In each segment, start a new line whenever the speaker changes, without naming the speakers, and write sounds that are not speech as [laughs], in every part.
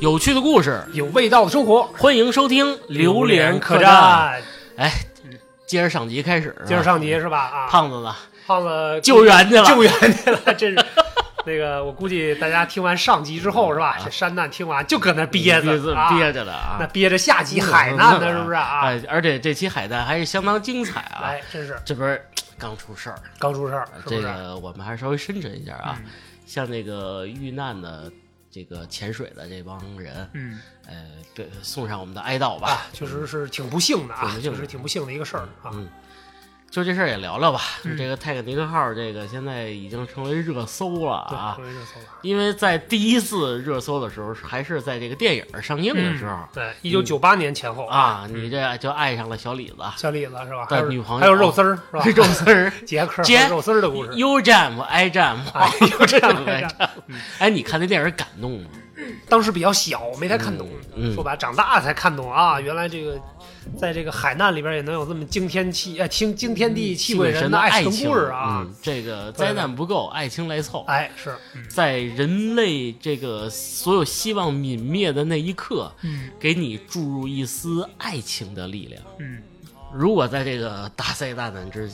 有趣的故事，
有味道的生活，
欢迎收听《榴莲
客
栈》。
栈，
哎，接着上集开始，
接着上集是吧？啊，
胖子呢？
胖子
救援去了
救援去了，真是。那个，我估计大家听完上集之后是吧？这山难听完就搁那憋
嗯啊憋
着啊，
憋着了啊！
那憋着下集海难呢，是不是啊？
哎，而且这期海难还是相当精彩啊！
哎，真是
这边儿刚出事儿，啊
刚出事儿，是嗯
这
不是？
个我们还是稍微深沉一下啊。像这个遇难的这个潜水的这帮人，
嗯
呃，对，送上我们的哀悼吧。
啊，确实是挺不幸的啊
挺不，幸
确
的嗯
实挺不幸的一个事儿啊。
就这事儿也聊聊吧。
嗯
这个泰坦尼克号，这个现在已经成为热搜了
对，
啊
成。为热搜了。
因为在第一次热搜的时候，还是在这个电影上映的时候、
嗯对，一九九八年前后，
啊，你这就爱上了小
[laughs]
李子、
小李子是吧？
对
还有
女朋友
还有肉丝儿是吧？
肉丝儿、
杰克
杰哦
和肉丝儿的故事，
[laughs] U Jam、I Jam，
[laughs] 哎嗯呦，这 [laughs] 样
I [laughs]
这
Jam 哎，你看那电影感动吗？
当时比较小，没太看懂。
嗯嗯
说白，长大才看懂啊，原来这个在这个海难里边也能有这么惊天气，哎，惊惊天地泣鬼神
嗯的
爱
爱
情
情
故事啊！
嗯，这个灾难不够，爱情来凑。
哎，是，
在人类这个所有希望泯灭的那一刻，
嗯
给你注入一丝爱情的力量。
嗯，
如果在这个大灾大难之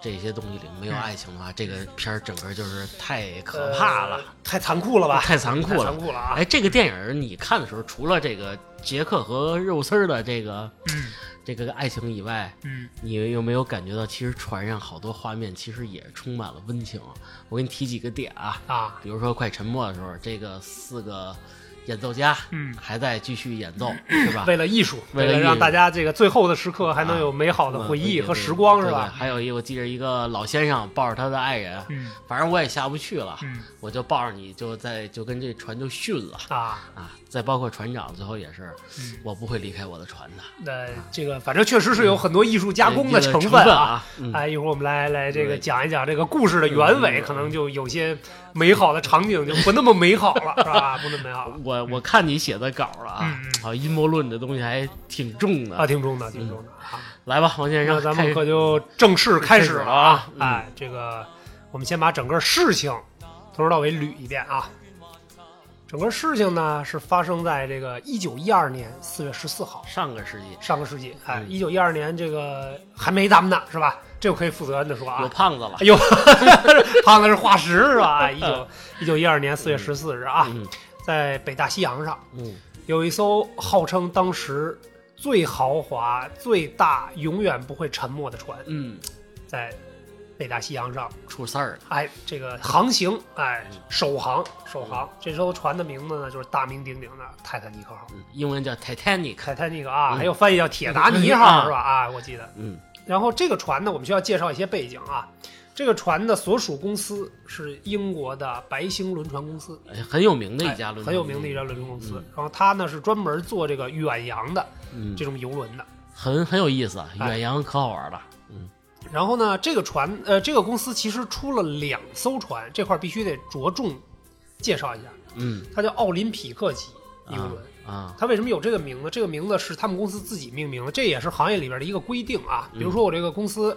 这些东西里
嗯
没有爱情的话，这个片儿整个就是太可怕了，
呃，太残酷了吧？
太残酷
太残
了。
酷了啊！
哎，这个电影儿你看的时候，除了这个杰克和肉丝儿的这个
嗯
这个爱情以外，
嗯，
你有没有感觉到，其实船上好多画面其实也充满了温情？我给你提几个点啊，
啊，
比如说快沉没的时候，这个四个演奏家
嗯
还在继续演
[clears throat]
奏，是吧？
为了艺术，
为了
为了
艺术啊
让大家这个最后的时刻还能有美好的回忆和时光，是
嗯对对对
吧？
还有一个，我记着一个老先生抱着他的爱人，
嗯
反正我也下不去了，
嗯
我就抱着你就在就跟这船就训了
啊。
啊！再包括船长，最后也是，
嗯
我不会离开我的船的，
那这个反正确实是有很多艺术加工的
这个
成
成
分啊。
啊，嗯
哎，一会儿我们来来这个
对
讲一讲这个故事的原委，可能就有些美好的场景就不那么美好了，是吧？ [laughs] 不那么美好了
嗯我我看你写的稿了啊
嗯，
好阴谋论这东西还挺重
啊，
的。
听众的听众的啊，
来吧，王先
那
生，
咱
开
们
始
可就正式开始了啊！
嗯
哎，这个我们先把整个事情从头到尾捋一遍啊。整个事情呢是发生在这个一九一二年四月十四号，
嗯上个世纪
上个世纪，哎，
嗯
一九一二年这个还没咱们呢，是吧？这我可以负责任的说啊，
有胖子了
哎，呦，
[laughs]
胖子是化石是吧？一九一九一二年四月十四日啊，
嗯
在北大西洋上
嗯
有一艘号称当时最豪华、最大、永远不会沉没的船，
嗯，
在北大西洋上，
出事儿了，
哎，这个航行，哎
嗯，
首航，首航。这艘船的名字呢，就是大名鼎鼎的泰坦尼克号。
嗯英文叫 Titanic，
泰坦尼克啊，
嗯
还有翻译叫铁达尼
嗯
号是吧？啊，我记得。
嗯
然后这个船呢，我们需要介绍一些背景啊。这个船的所属公司是英国的白星轮船公司，
哎很有名的一家
哎
轮船公司，
很有名的一家轮船公司。然后它呢是专门做这个远洋的
嗯，
这种游轮的。
很很有意思啊，
哎
远洋可好玩了。嗯
然后呢，这个船呃，这个公司其实出了两艘船，这块必须得着重介绍一下。
嗯，
它叫奥林匹克级游
啊
轮。
啊，
它为什么有这个名字？这个名字是他们公司自己命名的，这也是行业里边的一个规定啊。
嗯
比如说我这个公司，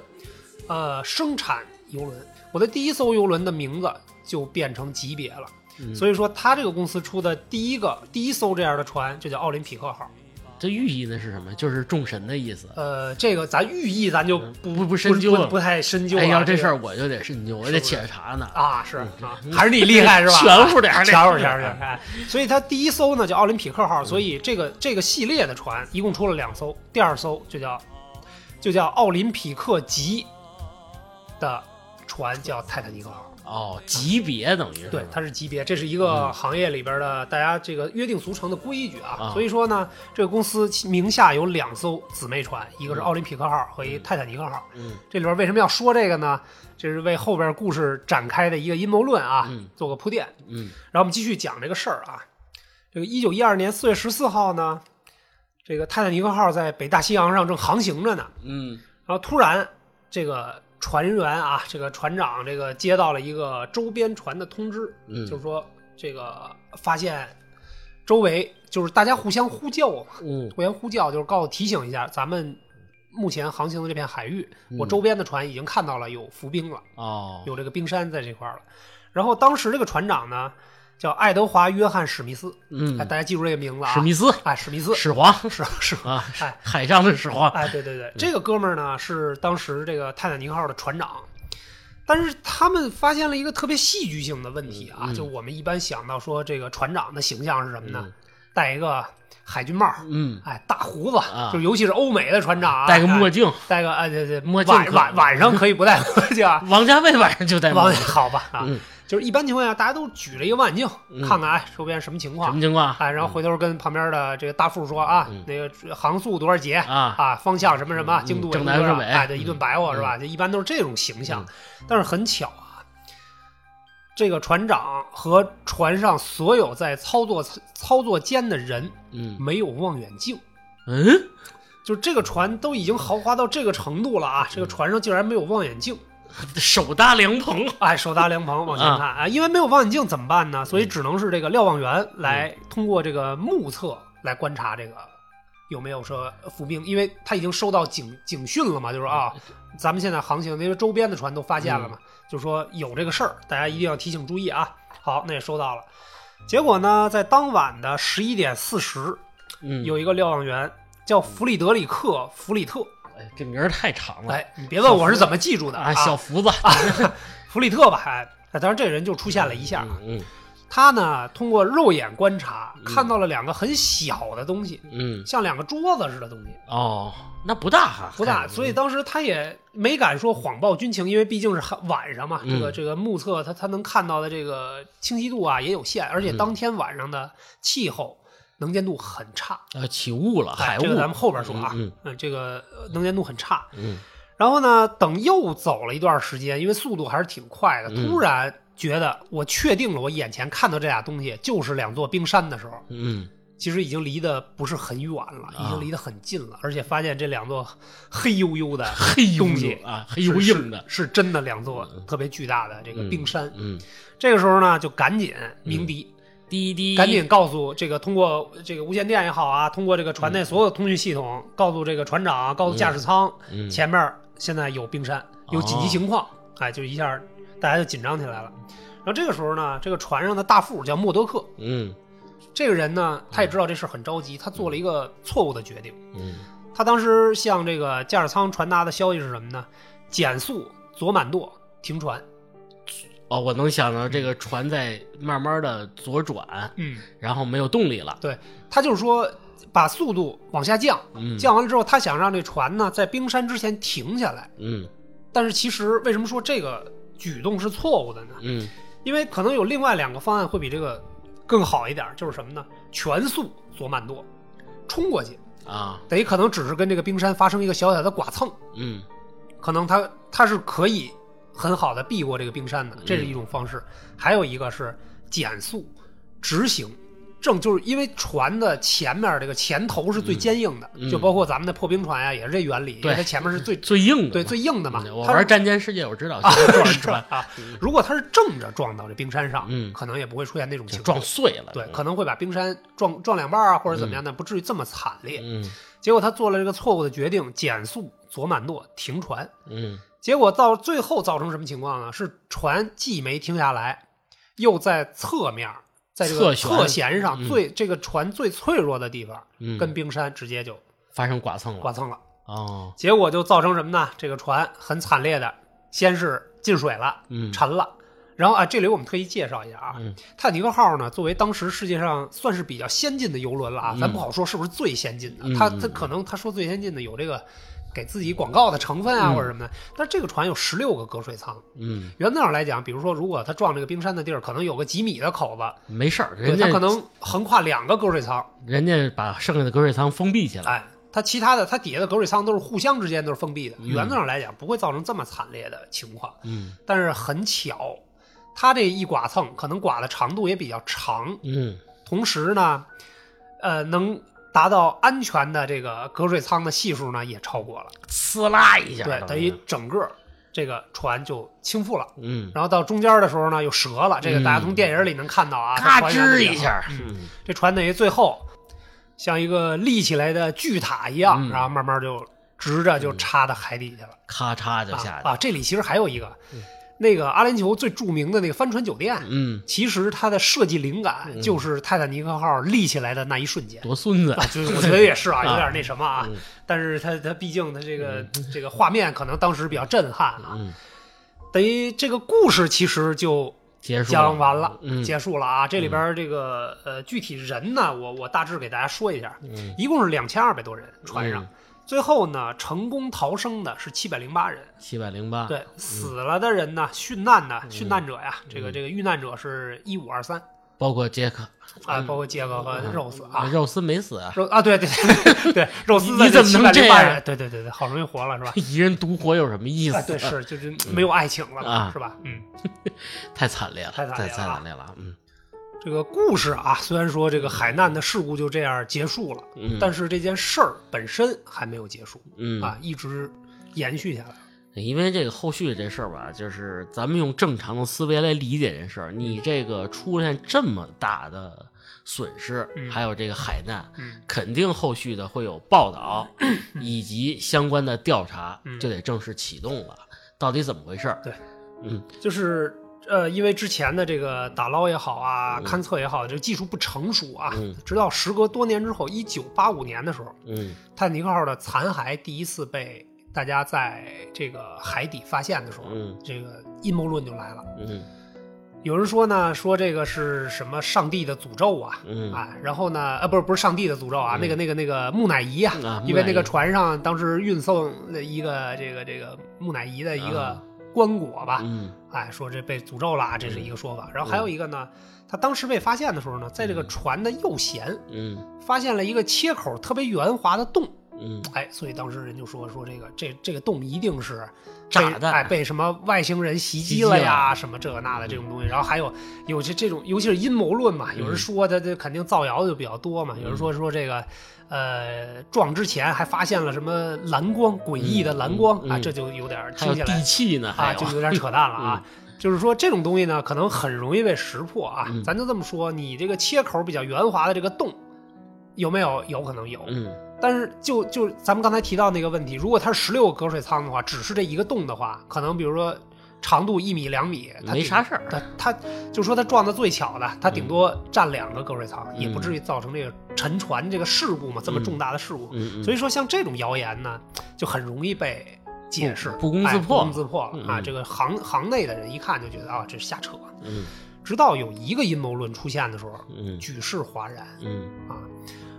呃，生产游轮，我的第一艘游轮的名字就变成级别了。
嗯
所以说，它这个公司出的第一个第一艘这样的船就叫奥林匹克号。
这寓意呢是什么？就是众神的意思。
呃，这个咱寓意咱就
嗯不不不深究
不
了
不太深究了。啊
哎呀，
这
这
个
事儿嗯我就得深究，我得
是不是
且着查呢。
啊，是啊，还是 [laughs] 你厉害是吧？
玄乎点儿
全乎
这
全乎点儿。哎，所以它第一艘呢叫奥林匹克
嗯
号，所以这个这个系列的船一共出了两艘，第二艘就叫就叫奥林匹克级的船叫泰坦尼克号。
哦，级别等于是
对，
吧
它是级别，这是一个行业里边的大家这个约定俗成的规矩啊。
嗯啊
所以说呢，这个公司其名下有两艘姊妹船，一个是
嗯
奥林匹克号和一泰坦尼克号。
嗯
这里边为什么要说这个呢？这是为后边故事展开的一个阴谋论啊，
嗯
做个铺垫。
嗯
然后我们继续讲这个事儿啊。这个一九一二年四月十四号呢，这个泰坦尼克号在北大西洋上正航行着呢，
嗯
然后突然这个船员啊，这个船长这个接到了一个周边船的通知，
嗯
就是说这个发现周围就是大家互相呼叫嘛，
嗯
互相呼叫就是告诉提醒一下咱们目前航行的这片海域，我
嗯
周边的船已经看到了有浮冰了，
哦，
有这个冰山在这块儿了。然后当时这个船长呢叫爱德华·约翰·史密斯，
嗯
哎，，大家记住这个名字啊，
史密斯，
哎，史密斯，
始皇
是是，
啊
哎，
海上的始
[laughs]
皇，
哎，对对
嗯
对，这个哥们儿呢是当时这个泰坦尼克号的船长，但是他们发现了一个特别戏剧性的问题啊，
嗯嗯
就我们一般想到说这个船长的形象是什么呢？
嗯
戴一个海军帽，
嗯，
哎，大胡子，
啊
就尤其是欧美的船长啊，
戴个墨
哎，
镜，
戴个哎对对
墨镜
晚
可，
晚晚上可以不戴墨镜啊
王家卫晚上就戴墨
往
镜，
[laughs] 好吧啊，
嗯
就是一般情况下大家都举着一个望远镜、
嗯
看看哎周边什么情
什
况
么。情况？啊
哎，然后回头跟旁边的这个大副说啊，
嗯
那个航速多少节
啊
啊，方向什么什么，
嗯
经度
正
什么多少
南是北
哎，对，一顿白话
嗯
是吧？就一般都是这种形象
嗯。
但是很巧啊，这个船长和船上所有在操作操作间的人
嗯
没有望远镜，
嗯
就是这个船都已经豪华到这个程度了啊，这个船上竟然没有望远镜。
手搭凉棚，
哎，手搭凉棚往前看啊，因为没有望远镜怎么办呢？所以只能是这个瞭望员来通过这个目测来观察这个有没有说浮冰，因为他已经收到警警讯了嘛，就是啊，咱们现在航行，因为周边的船都发现了嘛，就说有这个事儿，大家一定要提醒注意啊。好，那也收到了。结果呢，在当晚的十一点四十，
嗯，
有一个瞭望员叫弗里德里克·弗里特，
哎这名儿太长了
哎，你别问我是怎么记住的
啊，小福子，
[laughs] 弗里特吧，哎，哎当然这人就出现了一下，
嗯
他呢通过肉眼观察看到了两个很小的东西，
嗯嗯，
像两个桌子似的东西，
哦，那不大哈，
不大，
嗯
所以当时他也没敢说谎报军情，因为毕竟是晚上嘛，
嗯
这个这个目测他他能看到的这个清晰度啊也有限，
嗯
而且当天晚上的气候能见度很差，
呃起雾了，
哎
海雾，
这个咱们后边说啊，
嗯
嗯，这个呃能见度很差，
嗯
然后呢，等又走了一段时间，因为速度还是挺快的，
嗯
突然觉得我确定了，我眼前看到这俩东西就是两座冰山的时候，
嗯
其实已经离得不是很远了，
啊
已经离得很近了，而且发现这两座黑黝黝的
[laughs] 黑油
东西
啊，黑
是
油硬的，
是，是真的两座特别巨大的这个冰山。
嗯，
这个时候呢，就赶紧鸣笛。
滴滴，
赶紧告诉这个通过这个无线电也好啊，通过这个船内所有的通讯系统，告诉这个船长，告诉驾驶舱，
嗯哦
前面儿现在有冰山，有紧急情况，哎，就一下儿大家就紧张起来了。然后这个时候呢，这个船上的大副叫默多克，
嗯
这个人呢，他也知道这事儿很着急，他做了一个错误的决定。
嗯
他当时向这个驾驶舱传达的消息是什么呢？减速，左满舵，停船。
哦，我能想到这个船在慢慢的左转，
嗯，
然后没有动力了，
对，他就是说把速度往下降，
嗯
降完了之后，他想让这船呢在冰山之前停下来。
嗯
但是其实为什么说这个举动是错误的呢？
嗯
因为可能有另外两个方案会比这个更好一点，就是什么呢？全速左满舵冲过去，
啊
等于可能只是跟这个冰山发生一个小小的剐蹭，
嗯
可能它它是可以很好的避过这个冰山的，
嗯
这是一种方式。还有一个是减速直行。正就是因为船的前面这个前头是最坚硬的，
嗯嗯
就包括咱们的破冰船呀、也是这原理，因为
对
它前面
[laughs]
是最
最硬的嘛，嗯
对最硬的嘛。
我
它是
玩战舰世界，我知道，
啊，
就是撞
是
船
啊。如果它是正着撞到这冰山上，
嗯
可能也不会出现那种情
就
况，
撞碎了，嗯
对，可能会把冰山撞撞两半啊，或者怎么样的，不至于这么惨烈。
嗯
结果他做了这个错误的决定，减速左满舵停船，
嗯
结果到最后造成什么情况呢？是船既没停下来，又在侧面。在这个
侧舷
侧舷上
嗯
最、这个船最脆弱的地方，
嗯，
跟冰山直接就
发生剐蹭了
刮蹭了，
哦，
结果就造成什么呢？这个船很惨烈的，先是进水了，
嗯
沉了。然后啊，这里我们特意介绍一下啊，
嗯
泰坦尼克号呢，作为当时世界上算是比较先进的游轮了啊，咱不好说是不是最先进的，
嗯
它
嗯
它可能他说最先进的有这个给自己广告的成分啊、或者什么的，但这个船有十六个隔水舱。
嗯
原则上来讲，比如说如果它撞这个冰山的地儿，可能有个几米的口子，
没事儿，
对，
人
它
家
可能横跨两个隔水舱，
人家把剩下的隔水舱封闭起来，
哎，它其他的它底下的隔水舱都是互相之间都是封闭的，原则上来讲不会造成这么惨烈的情况。
嗯
但是很巧，它这一剐蹭可能剐的长度也比较长，
嗯
同时呢，呃，能达到安全的这个隔水舱的系数呢也超过了，
呲啦一下，
对，等于整个这个船就倾覆了。
嗯
然后到中间的时候呢，又折了，这个大家从电影里能看到啊，它
嘎
还原的
嗯吱
比较
一下，
嗯
嗯
这船等于最后像一个立起来的巨塔一
嗯
样，然后慢慢就直着就插到海底去了。
咔嚓就下
啊
去。
啊，这里其实还有一个
嗯，
那个阿联酋最著名的那个帆船酒店，
嗯，
其实它的设计灵感
嗯
就是泰坦尼克号立起来的那一瞬间。
多孙子
啊，就是我觉得也是啊，
啊
有点那什么啊
嗯，
但是它它毕竟它这个这个画面可能当时比较震撼啊，
嗯，
等于这个故事其实就
结束
讲完了，
嗯
结束了啊。这里边这个呃具体人呢，我我大致给大家说一下，
嗯
一共是两千二百多人船上
嗯，
最后呢成功逃生的是七百零八人，
七百零八，
对，死了的人呢，殉难
嗯
呢，殉难者呀，这个这个遇难者是一五二三
包括杰克
啊，包括杰克和肉丝啊，
肉丝没死嗯啊，
肉啊，对对
[laughs]
对对，肉丝
你怎么能这样？
对对对对，好容易活了是吧
一人独活有什么意思？
啊，对，是就是没有爱情了嘛
啊
是吧？嗯，
太惨烈了，
太惨烈了啊
太惨烈了，嗯
这个故事啊，虽然说这个海难的事故就这样结束了，
嗯，
但是这件事儿本身还没有结束
嗯
啊，一直延续下来。
因为这个后续这事儿吧，就是咱们用正常的思维来理解这事儿。
嗯
你这个出现这么大的损失，
嗯
还有这个海难，
嗯
肯定后续的会有报
[clears throat]
道，以及相关的调查
嗯
就得正式启动了。到底怎么回事儿？
对，
嗯
就是呃，因为之前的这个打捞也好啊，
嗯
勘测也好，这技术不成熟啊，
嗯
直到时隔多年之后，一九八五年的时候，
嗯
泰坦尼克号的残骸第一次被大家在这个海底发现的时候，
嗯
这个阴谋论就来了。
嗯
有人说呢，说这个是什么上帝的诅咒啊，
嗯
啊，然后呢，呃，不是不是上帝的诅咒啊，
嗯
那个那个那个木乃伊啊，
啊
因为那
木乃
个
伊
船上当时运送了一个这个这个木乃伊的一个
啊
棺椁吧，
嗯
哎，说这被诅咒了啊，这是一个说法。然后还有一个呢，他当时被发现的时候呢，在这个船的右舷
嗯
发现了一个切口特别圆滑的洞，
嗯
哎，所以当时人就说说这个这这个洞一定是
炸
被
弹
哎，被什么外星人袭击了呀，什么这个那的这种东西。然后还有有这这种，尤其是阴谋论嘛，有
嗯
人说他这肯定造谣的就比较多嘛，有人说说这个。呃，撞之前还发现了什么蓝光，诡异的蓝光、
嗯嗯
啊，
嗯
这就有点
还
听
有
起
地哎
来
气呢，还
啊，
有
就有点扯淡
[laughs]
了啊。就是说这种东西呢，可能很容易被识破啊。
嗯
咱就这么说，你这个切口比较圆滑的这个洞，有没有？有可能有。
嗯
但是就就咱们刚才提到那个问题，如果它是十六个隔水舱的话，只是这一个洞的话，可能比如说长度一米两米，它
没
顶
啥。事儿，
它它就说它撞的最巧的，它顶多占两个隔水舱，也不
嗯
至于造成这个沉船这个事故嘛，这么
嗯
重大的事故。
嗯嗯，
所以说，像这种谣言呢，就很容易被解释，
不不攻自
哎
破
不攻自破了啊！
嗯
这个行行内的人一看就觉得啊，这是瞎扯。
嗯
直到有一个阴谋论出现的时候，
嗯
举世哗然
嗯
啊！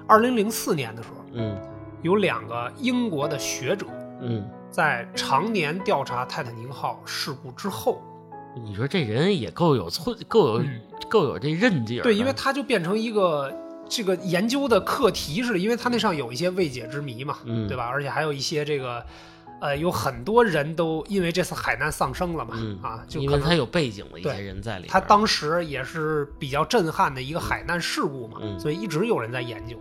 二零零四年的时候，
嗯
有两个英国的学者
嗯，
在常年调查泰坦尼克号事故之后，
你说这人也够有寸，够有
嗯
够有这韧劲儿的，
对，因为它就变成一个这个研究的课题似的，因为它那上有一些未解之谜嘛，
嗯
对吧？而且还有一些这个，呃，有很多人都因为这次海难丧生了嘛，
嗯
啊，就
因
可
为他
能
有背景的一些
对
人在里边儿，
他当时也是比较震撼的一个海难事故嘛，
嗯
所以一直有人在研究。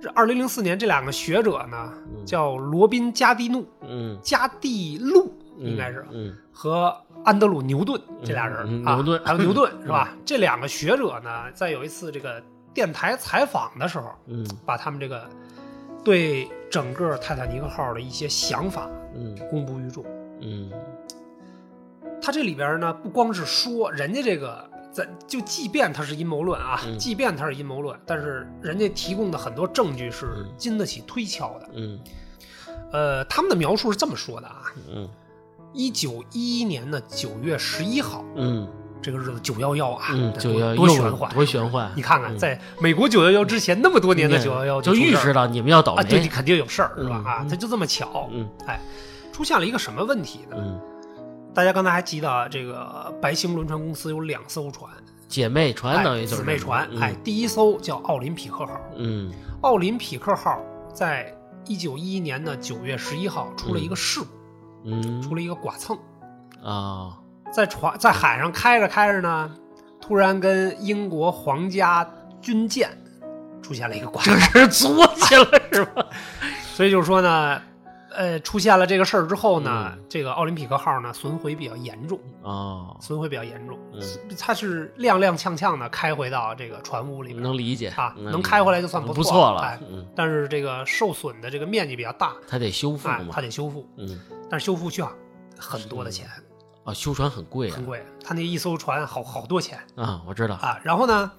这二零零四年，这两个学者呢，
嗯
叫罗宾·加蒂怒、
嗯
加蒂路，应该是、啊
嗯
和安德鲁·牛顿这俩人、
嗯嗯
啊，
牛顿
还有牛
[laughs]
顿是吧？这两个学者呢，在有一次这个电台采访的时候，
嗯
把他们这个对整个泰坦尼克号的一些想法
嗯
公布于众。
嗯
他这里边呢，不光是说人家这个。咱就即便它是阴谋论啊，
嗯
即便它是阴谋论，但是人家提供的很多证据是
嗯
经得起推敲的。
嗯
呃，他们的描述是这么说的啊：
嗯
一九一一年的九月十一号，
嗯
这个日子九幺幺啊，
嗯，
这
九
多
幺
多玄幻，
多玄幻！
你看看，
嗯
在美国九幺幺之前那么多年的
你
九幺幺，
就预示到你们要倒
啊，对，
霉
你，肯定有事儿是吧？
嗯
啊，
嗯
它就这么巧，
嗯
哎，出现了一个什么问题呢？
嗯，
大家刚才还记得啊这个白星轮船公司有两艘船，
姐妹船等于
哎
就是
姊妹船，
嗯
哎，第一艘叫奥林匹克号，
嗯
奥林匹克号在一九一一年的九月十一号出了一个事故，
嗯
出了一个剐蹭，
啊
在船在海上开着开着呢，突然跟英国皇家军舰出现了一个剐蹭 [laughs]
这，是作起来是吧？
所以就是说呢，呃，出现了这个事儿之后呢，
嗯
这个奥林匹克号呢损毁比较严重，
哦，
损毁比较严重，
嗯
它是踉踉跄跄的开回到这个船坞里边
能理解
啊，
理解
能开回来就算
不
错
错了
哎，，
嗯，
但是这个受损的这个面积比较大，
它得修复
哎，
嘛
它，得修复，
嗯，
但是修复需要很多的钱，
啊，修船很贵啊
很，贵，它那一艘船好好多钱
啊，我知道，
啊。然后呢，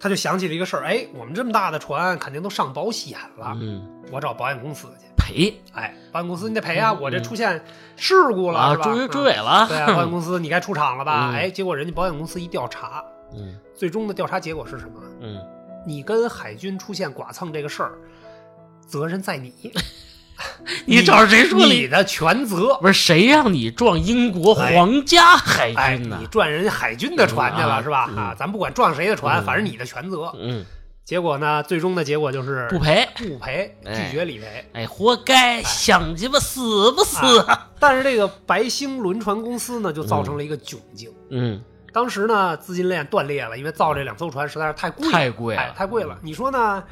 他就想起了一个事儿，哎，我们这么大的船肯定都上保险了，
嗯，
我找保险公司去。
赔
哎，保险公司你得赔啊，我这出现事故了、
嗯啊，
是吧？
追追
嗯
尾了，
对啊，保险公司你该出场了吧？
嗯
哎，结果人家保险公司一调查，
嗯
最终的调查结果是什么？ [laughs]
嗯，
你跟海军出现剐蹭这个事儿，责任在你，
[laughs] 你找谁说
你的全责？
不是谁让你撞英国皇家海
哎，
军
你
呢？
撞人海军的船去
嗯
了
啊
是吧？
嗯
啊，咱不管撞谁的船，
嗯
反正你的全责。
嗯，
结果呢，最终的结果就是
不赔，
不赔，
哎
拒绝理赔。
哎，活该，想鸡巴死不死
[laughs]
啊？
但是这个白星轮船公司呢，就造成了一个窘境。
嗯，
当时呢，资金链断裂了，因为造这两艘船实在是太贵了，
太贵
哎
了，嗯
太贵了。你说呢？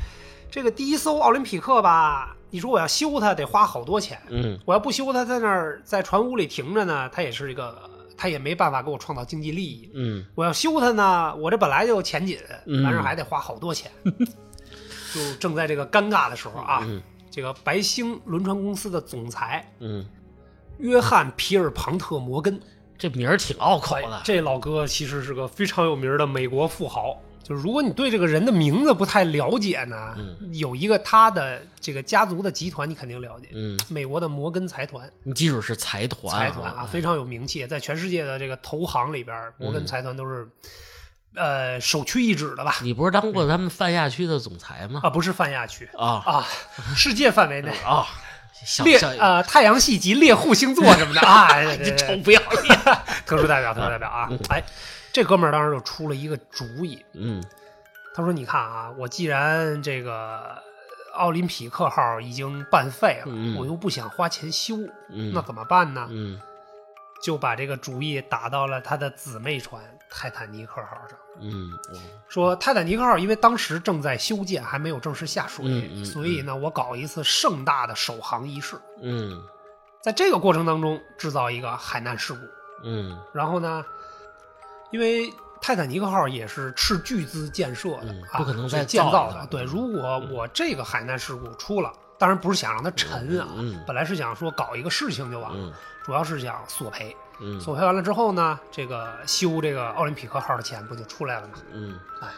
这个第一艘奥林匹克吧，你说我要修它得花好多钱，
嗯，
我要不修它，在那儿在船坞里停着呢，它也是一个，它也没办法给我创造经济利益。
嗯
我要修它呢，我这本来就钱紧，
嗯
完事儿还得花好多
[laughs]
钱。就正在这个尴尬的时候啊，
嗯
这个白星轮船公司的总裁
嗯，
约翰·皮尔庞特·摩根，
这名儿挺拗口的，
哎这老哥其实是个非常有名的美国富豪。就是如果你对这个人的名字不太了解呢，
嗯
有一个他的这个家族的集团你肯定了解，
嗯，
美国的摩根财团，
你记住是财团啊，
财团啊非常有名气，在全世界的这个投行里边，
嗯
摩根财团都是、呃首屈一指的吧？
你不是当过
嗯
咱们泛亚区的总裁吗？
啊，不是泛亚区
啊
啊，世界范
[laughs]
围内。
啊，小
猎
小
呃，太阳系及猎户星座什么的
[laughs]
啊，哎
你
对
臭
对
不要脸，
[laughs] 特殊代表，特殊代表啊！哎，这哥们儿当时就出了一个主意，
嗯
他说：“你看啊，我既然这个奥林匹克号已经办废了，
嗯
我又不想花钱修，
嗯，
那怎么办呢？
嗯
就把这个主意打到了他的姊妹船泰坦尼克号上。
嗯
说泰坦尼克号因为当时正在修建，还没有正式下水，
嗯嗯
所以呢，我搞一次盛大的首航仪式，
嗯
在这个过程当中制造一个海难事故。
嗯
然后呢，因为泰坦尼克号也是斥巨资建设的，
嗯
啊
不可能再
是建造
造了嗯
对，如果我这个海难事故出了，当然不是想让它沉啊，
嗯
本来是想说搞一个事情就完了，
嗯
主要是想索赔。
嗯
索赔完了之后呢，这个修这个奥林匹克号的钱不就出来了吗？
嗯，
哎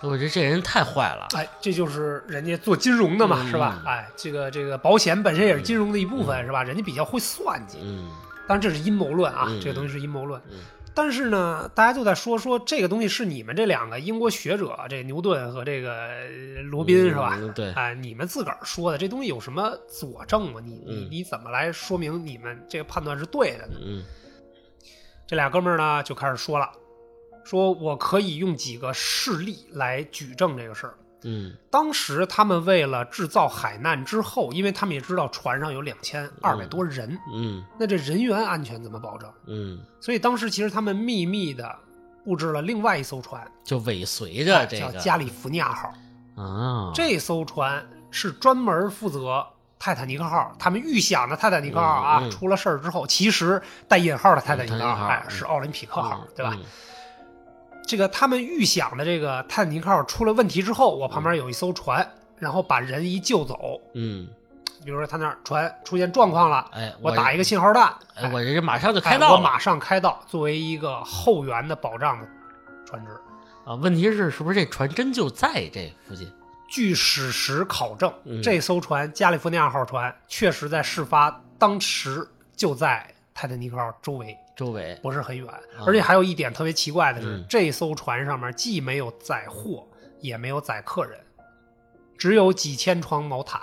我这这人太坏了，
哎，这就是人家做金融的嘛，
嗯
是吧？哎，这个这个保险本身也是金融的一部分，是吧？人家比较会算计，
嗯
当然这是阴谋论啊，
嗯
这个东西是阴谋论。
嗯
但是呢，大家就在说说这个东西是你们这两个英国学者，这牛顿和这个呃罗宾、
嗯
是吧？
嗯对
啊、你们自个儿说的这东西有什么佐证吗？你你
嗯
你怎么来说明你们这个判断是对的呢？
嗯
这俩哥们儿呢就开始说了，说我可以用几个事例来举证这个事儿。
嗯
当时他们为了制造海难之后，因为他们也知道船上有两千二百多人，
嗯
那这人员安全怎么保证？
嗯，
所以当时其实他们秘密的布置了另外一艘船，啊
就尾随着这
叫
个
加利福尼亚号。
啊，
这艘船是专门负责泰坦尼克号，他们预想的泰坦尼克号啊，
嗯嗯
出了事儿之后，其实带引号的泰坦尼
嗯泰
克
坦尼
号，
克号
哎，
嗯
是奥林匹克号，
嗯
对吧？？这个他们预想的这个泰坦尼克号出了问题之后，我旁边有一艘船，然后把人一救走，
嗯，嗯
比如说他那儿船出现状况了，
哎，
我打一个信号弹，
哎，我这马上就
哎
开到
我
了
马上开到，作为一个后援的保障的船只。
啊。问题是，是不是这船真就在这附近？
据史实考证，
嗯
这艘船加利福尼亚号船确实在事发当时就在泰坦尼克号周围，
周围
不是很远。而且还有一点特别奇怪的是，
啊嗯
这艘船上面既没有载货，也没有载客人，只有几千床毛毯。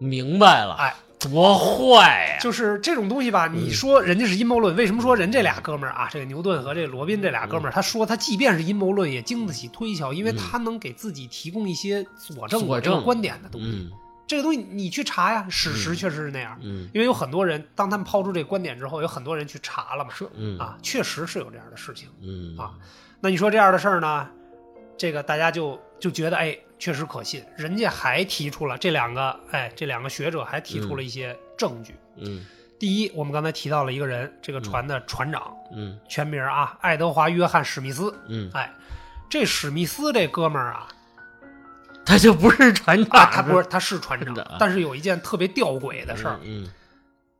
明白了，
哎，
多坏呀！
就是这种东西吧，
嗯
你说人家是阴谋论，为什么说人这俩哥们儿啊，这个牛顿和这罗宾这俩哥
嗯
们儿，他说他即便是阴谋论也经得起推敲，因为他能给自己提供一些佐证
佐
我这个
证
观点的东西。
嗯
这个东西你去查呀，史实确实是那样，
嗯，
因为有很多人当他们抛出这个观点之后，有很多人去查了嘛，
说嗯
啊，确实是有这样的事情
嗯
啊。那你说这样的事儿呢？这个大家就就觉得哎，确实可信。人家还提出了这两个哎，这两个学者还提出了一些证据。
嗯
第一，我们刚才提到了一个人，这个船的船长，
嗯
全名啊，爱德华·约翰·史密斯。
嗯，
哎，这史密斯这哥们儿啊，
他就不是船
啊
长，
他不是他是船
真
长
的啊，
但是有一件特别吊诡的事儿，
嗯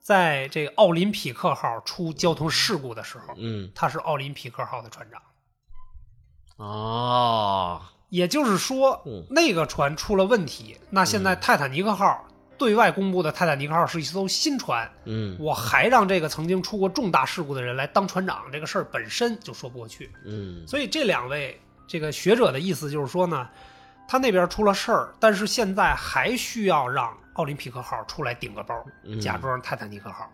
在这个奥林匹克号出交通事故的时候，
嗯
他是奥林匹克号的船长。
哦，
也就是说
嗯，
那个船出了问题，那现在泰坦尼克号对外公布的泰坦尼克号是一艘新船，
嗯
我还让这个曾经出过重大事故的人来当船长，这个事儿本身就说不过去。
嗯
所以这两位这个学者的意思就是说呢，他那边出了事儿，但是现在还需要让奥林匹克号出来顶个包，
嗯
假装泰坦尼克号。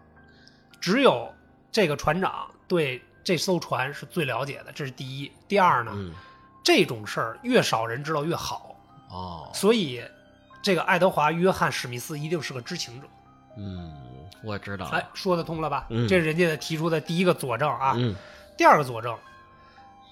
只有这个船长对这艘船是最了解的，这是第一。第二呢，
嗯
这种事儿越少人知道越好，
哦，
所以这个爱德华·约翰·史密斯一定是个知情者。
嗯，我知道
哎
了，，
说得通了吧？
嗯
这是人家提出的第一个佐证啊。
嗯
第二个佐证，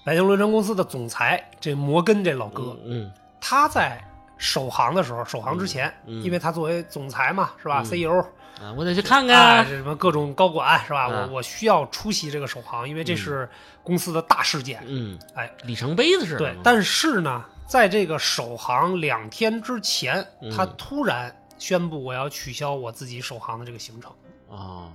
北京轮船公司的总裁这摩根这老哥，
嗯
他在首航的时候，首航之前，
嗯嗯
因为他作为总裁嘛，是吧、
嗯
c e o
[laughs] 啊，我得去看
啊，
看
这，什么各种高管是吧？
啊
我我需要出席这个首航，因为这是公司的大事件。
嗯，
哎，
里程碑的事儿，
对，但是呢，在这个首航两天之前，
嗯
他突然宣布我要取消我自己首航的这个行程，
哦，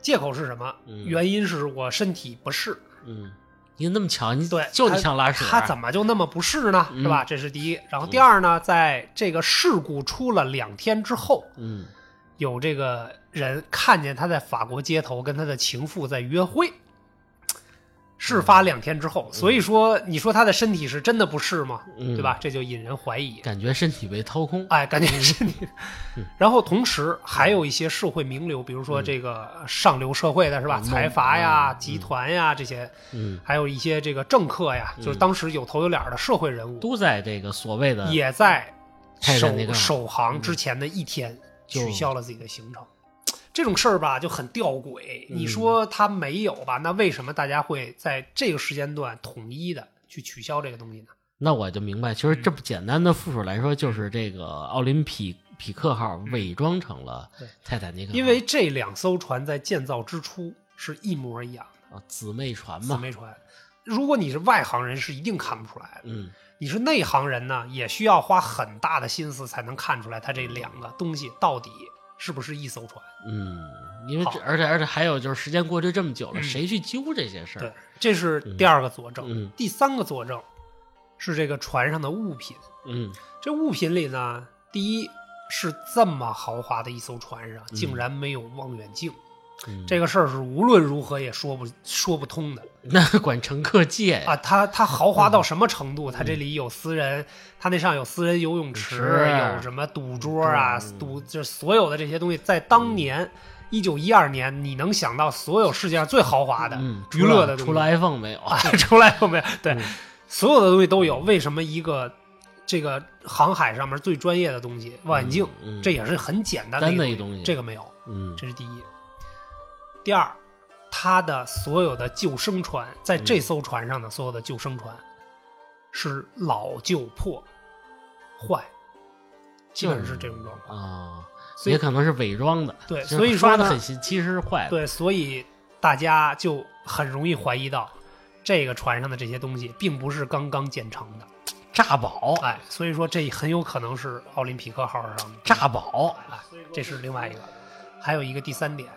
借口是什么？
嗯
原因是我身体不适。
嗯，你怎么那么巧？你
对，
就
他
你想拉屎，
他怎么就那么不适呢？
嗯
是吧？这是第一。然后第二呢，在这个事故出了两天之后，
嗯
有这个人看见他在法国街头跟他的情妇在约会。事发两天之后，所以说你说他的身体是真的不适吗？
嗯
对吧？这就引人怀疑。
感嗯觉身体被掏空？
哎，感觉身体。然后同时
嗯
还有一些社会名流，比如说这个上流社会的是吧？
嗯
财阀呀、
嗯
集团呀这些，
嗯，
还有一些这个政客呀，就是当时有头有脸的社会人物，
都在这个所谓的
也在
泰坦尼
首
克号
首航之前的一天
嗯就
取消了自己的行程。这种事儿吧，就很吊诡。
嗯
你说他没有吧？那为什么大家会在这个时间段统一的去取消这个东西呢？
那我就明白，其实
嗯
这么简单的复述来说，就是这个奥林匹匹克号伪装成了
对
泰坦尼克号，
因为这两艘船在建造之初是一模一样的
啊姊妹船
姊
嘛，
妹船。如果你是外行人，是一定看不出来的。
嗯
你是内行人呢，也需要花很大的心思才能看出来它这两个东西到底是不是一艘船。
嗯，因为这
好
而且而且还有就是时间过去这么久了，
嗯
谁去揪这些事
对
儿？，
这是第二个佐证。
嗯
第三个佐证是这个船上的物品。
嗯
这物品里呢，第一是这么豪华的一艘船上竟然没有望远镜，
嗯，
这个事儿是无论如何也说不说不通的。
[laughs] 那管乘客借呀
啊，它它豪华到什么程度？它这里有私人，它那上有私人游泳池，
池
有什么赌桌啊
嗯，
赌就是所有的这些东西，在当年一九一二年，你能想到所有世界上最豪华的
嗯，
娱乐的
除了除了
东西，
iPhone 没有，
啊， [laughs] 出来有
嗯
没有？对，所有的东西都有。为什么一个这个航海上面最专业的东西望远镜，
嗯嗯
这也是很简单
单的一
一个
东西
这个没有，
嗯
这是第一。第二，他的所有的救生船，在这艘船上的所有的救生船是老旧破坏，基本上是这种状况。
啊，
所以
也可能是伪装的，
对
就是
所以说
刷的
呢
很新，其实是坏的，
对，所以大家就很容易怀疑到，这个船上的这些东西并不是刚刚建成的。
炸宝
哎，所以说这很有可能是奥林匹克号上的
炸宝，
啊，这是另外一个。还有一个第三点，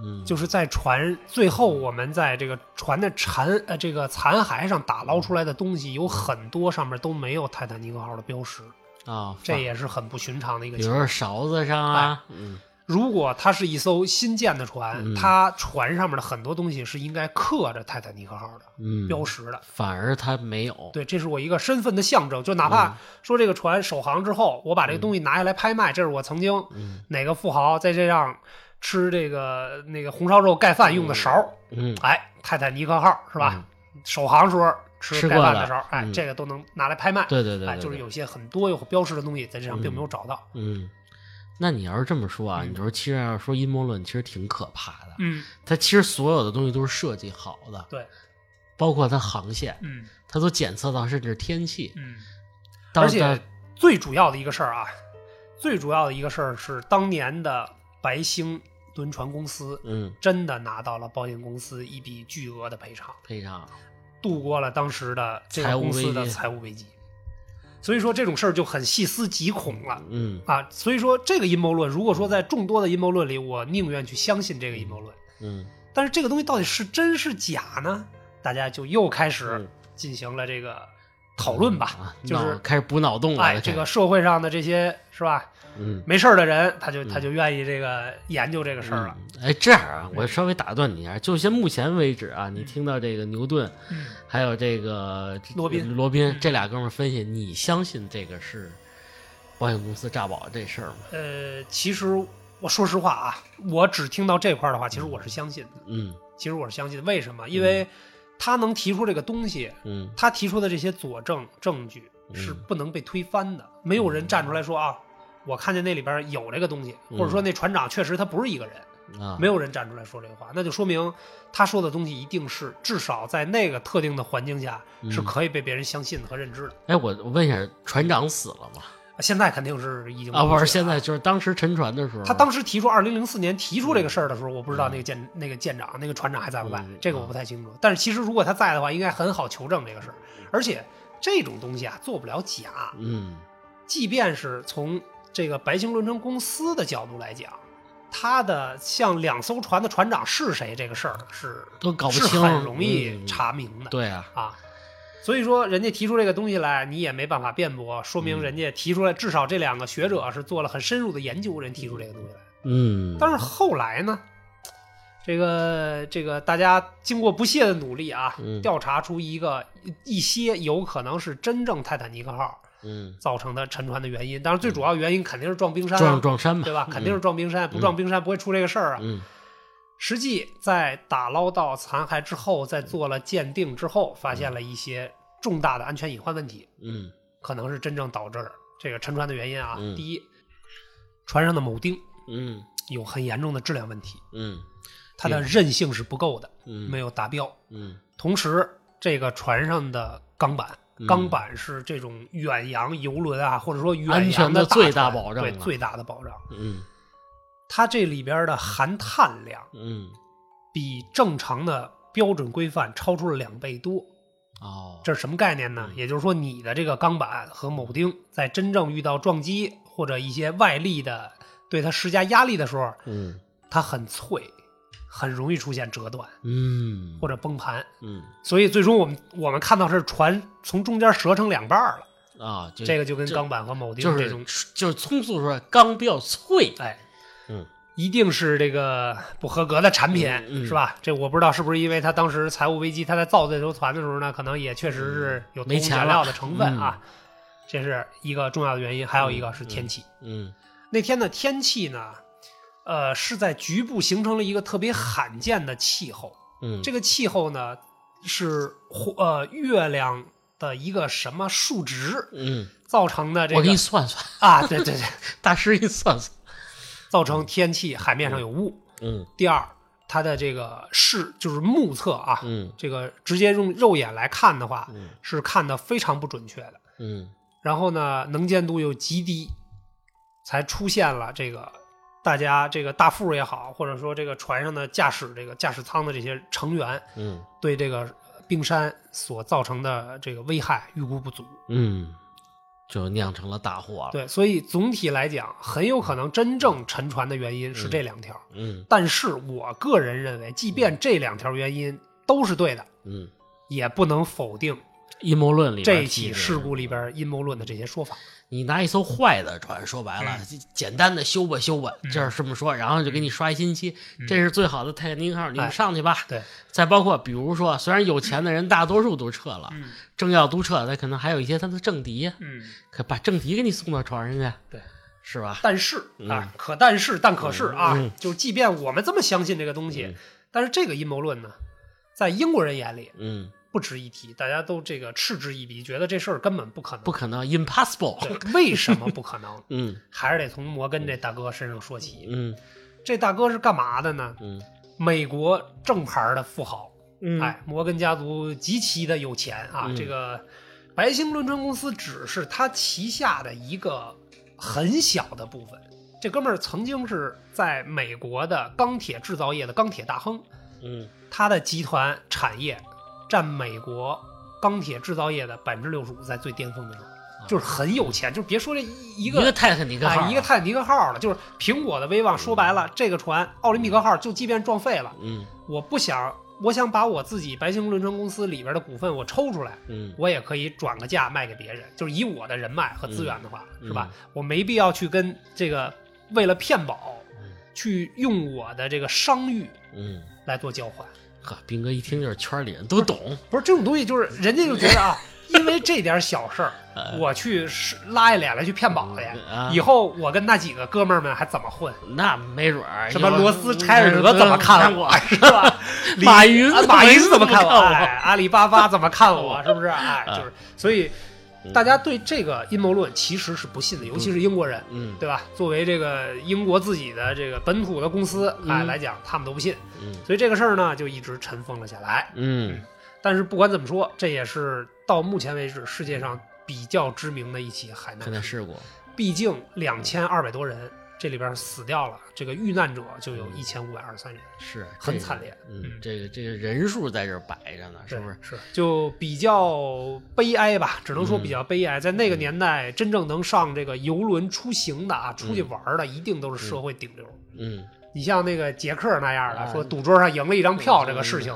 嗯，
就是在船最后，我们在这个船的残呃这个残骸上打捞出来的东西，有很多上面都没有泰坦尼克号的标识，
啊，
这也是很不寻常的一个哎
比
情
如
况。
说勺子上啊，嗯
如果它是一艘新建的船
嗯，
它船上面的很多东西是应该刻着泰坦尼克号的
嗯，
标识的，
反而他没有。
对，这是我一个身份的象征。就哪怕
嗯
说这个船首航之后，我把这个东西拿下来拍卖，这是我曾经
嗯
哪个富豪在这上吃这个那个红烧肉盖饭用的勺儿。
嗯，
哎，泰坦尼克号是吧？首航时候吃
吃
盖
过
饭
的
的勺儿，哎，
嗯
这个都能拿来拍卖。
对对对
哎，
对
就是
对
有些很多有标识的东西在这上并没有找到。
嗯。那你要是这么说啊，
嗯
你说其实要说阴谋论，其实挺可怕的。
嗯，
它其实所有的东西都是设计好的，
对，
包括它航线，
嗯
它都检测到甚至天气。
嗯，
到
而且
到
最主要的一个事儿啊，最主要的一个事儿是当年的白星轮船公司
嗯，
真的拿到了保险公司一笔巨额的赔偿，
赔偿
度过了当时的这
财
个
务
公司
危
的
机
财务危机。所以说这种事儿就很细思极恐了。
嗯
啊，所以说这个阴谋论，如果说在众多的阴谋论里，我宁愿去相信这个阴谋论。
嗯
但是这个东西到底是真是假呢？大家就又开始
嗯
进行了这个讨论吧
啊，，
就
脑
是
开始补脑洞了。
哎，这个社会上的这些是吧，
嗯。
没事儿的人，他就他就愿意这个研究这个事儿了。
嗯哎，这样啊，我稍微打断你一下，就先目前为止啊，你听到这个牛顿
嗯，
还有这个
罗宾
罗宾这俩哥们儿分析，你相信这个是保险公司诈保这事儿吗？
呃，其实我说实话啊，我只听到这块儿的话，其实我是相信的。
嗯
其实我是相信的，为什么？因为他能提出这个东西，
嗯
他提出的这些佐证证据是不能被推翻的，没有人站出来说啊，我看见那里边有这个东西，或者说那船长确实他不是一个人，
嗯啊，
没有人站出来说这个话，那就说明他说的东西一定是至少在那个特定的环境下
嗯
是可以被别人相信和认知的。
哎，我我问一下，船长死了吗？
现在肯定是已经
啊，不
去
是，
了
现在就是当时沉船的时候，
他当时提出二零零四年提出这个事儿的时候，我不知道那个舰那个舰长那个船长还在不在
嗯，
这个我不太清楚。但是其实如果他在的话，应该很好求证这个事儿，而且这种东西啊做不了假。
嗯
即便是从这个白星轮船公司的角度来讲，他的像两艘船的船长是谁这个事儿是
都搞不
是
清
很容易
嗯
查明的、
对啊，
啊。所以说，人家提出这个东西来，你也没办法辩驳，说
嗯
明人家提出来，至少这两个学者是做了很深入的研究，人提出这个东西来。
嗯，
但是后来呢，这个这个大家经过不懈的努力啊，
嗯
调查出一个一些有可能是真正泰坦尼克号
嗯，
造成的沉船的原因。当然，最主要原因肯定是撞冰山、
撞
啊，
撞山嘛，
对吧？肯定是撞冰山，不撞冰山不会出这个事儿啊。
嗯
实际在打捞到残骸之后，在做了鉴定之后，发现了一些重大的安全隐患问题，
嗯
可能是真正导致这个沉船的原因啊。
嗯
第一，船上的铆钉
嗯
有很严重的质量问题，
嗯
它的韧性是不够的，
嗯，
没有达标。
嗯
同时，这个船上的钢板
嗯，
钢板是这种远洋游轮啊，或者说
安
远
全
洋
的
大
最大
船
保障啊
对
了
最大的保障。
嗯
它这里边的含碳量
嗯，
比正常的标准规范超出了两倍多，
哦，
这是什么概念呢？也就是说，你的这个钢板和铆钉在真正遇到撞击或者一些外力的对它施加压力的时候，
嗯
它很脆，很容易出现折断
嗯，
或者崩盘。
嗯
所以最终我们我们看到是船从中间折成两半儿了，
啊，就
这个就跟钢板和铆钉
就
这
是
种，
就是葱速说钢比较脆，
哎，
嗯
一定是这个不合格的产品，
嗯嗯
是吧？这我不知道是不是因为他当时财务危机，他在造这艘船的时候呢，可能也确实是有
嗯
偷
没
工
钱
减料的成分
了嗯
啊，这是一个重要的原因。还有一个是天气，
嗯
那天的天气呢，呃，是在局部形成了一个特别罕见的气候，
嗯，
这个气候呢是火呃月亮的一个什么数值
嗯，
造成的这
我给
个
你算算，
啊，对
[laughs]
对对，
大师给你算算，
造成天气海面上有雾。
嗯
第二，它的这个视就是目测啊，
嗯
这个直接用肉眼来看的话，
嗯
是看的非常不准确的。
嗯
然后呢，能见度又极低，才出现了这个大家这个大副也好，或者说这个船上的驾驶这个驾驶舱的这些成员
嗯
对这个冰山所造成的这个危害预估不足。
嗯，就酿成了大祸了，，
对，所以总体来讲，很有可能真正沉船的原因是这两条。
嗯
但是我个人认为，即便这两条原因都是对的，
嗯，
也不能否定
阴谋论里边
这
提
起
的
事故里边阴谋论的这些说法。
你拿一艘坏的船，说白
嗯
了，简单的修吧修吧，就是这么说，然后就给你刷一星期，这是最好的泰坦尼克号，你们
嗯哎
上去吧。
对，
再包括比如说，虽然有钱的人大多数都撤了，
嗯
政要都撤，但可能还有一些他的政敌呀，
嗯，
可把政敌给你送到船上去，
对。
是吧？
但是啊，可但是但可是啊，
嗯
就即便我们这么相信这个东西，但是这个阴谋论呢，在英国人眼里
嗯，
不值一提，大家都这个嗤之以鼻，觉得这事儿根本不可能。
不可能，impossible。
对， [laughs] 为什么不可能？
嗯
还是得从摩根这大哥身上说起。
嗯
这大哥是干嘛的呢？
嗯
美国正牌的富豪，
嗯，
哎，摩根家族极其的有钱啊！
嗯
这个白星轮船公司只是他旗下的一个很小的部分。这哥们儿曾经是在美国的钢铁制造业的钢铁大亨，
嗯
他的集团产业占美国钢铁制造业的百分之六十五，在最巅峰的时候，就是很有钱。就是别说这一
一
一个
泰坦尼克号，啊
哎，一个泰坦尼克号了，就是苹果的威望。说白了，这个船奥林匹克号就即便撞废了，
嗯
我不想，我想把我自己白星轮船公司里边的股份我抽出来，
嗯
我也可以转个价卖给别人，就是以我的人脉和资源的话，
嗯
是吧？我没必要去跟这个为了骗保，去用我的这个商誉
嗯，
来做交换。
呵，斌哥一听就是圈里人都懂，
不是这种东西，就是人家就觉
[laughs]
得啊，因为这点小事儿，我去是拉一脸来去骗保去
嗯啊，
以后我跟那几个哥们儿们还怎么混？
那没准儿
什么
有嗯
罗斯柴尔德怎么看我，是吧？ [laughs] 李
马云
啊马云怎么看
看
我？哎，阿里巴巴怎么看我？是不是？哎，就是所以大家对这个阴谋论其实是不信的，尤其是英国人，
嗯
对吧？作为这个英国自己的这个本土的公司，哎
嗯
来讲，他们都不信，
嗯
所以这个事儿呢就一直尘封了下来。
嗯
但是不管怎么说，这也是到目前为止世界上比较知名的一起海难
看他试过，
毕竟两千二百多人，这里边死掉了，这个遇难者就有一千五百二十三人，
是
很
这个
惨烈
嗯
嗯，
这个这个人数在这儿摆着呢，是
对
不是？？
是，就比较悲哀吧，只能说
嗯
比较悲哀。在那个年代，真正能上这个游轮出行的啊，出去玩儿的，一定都是社会顶流。
嗯，
你像那个杰克那样的，
啊
说赌桌上赢了一张票这个事情，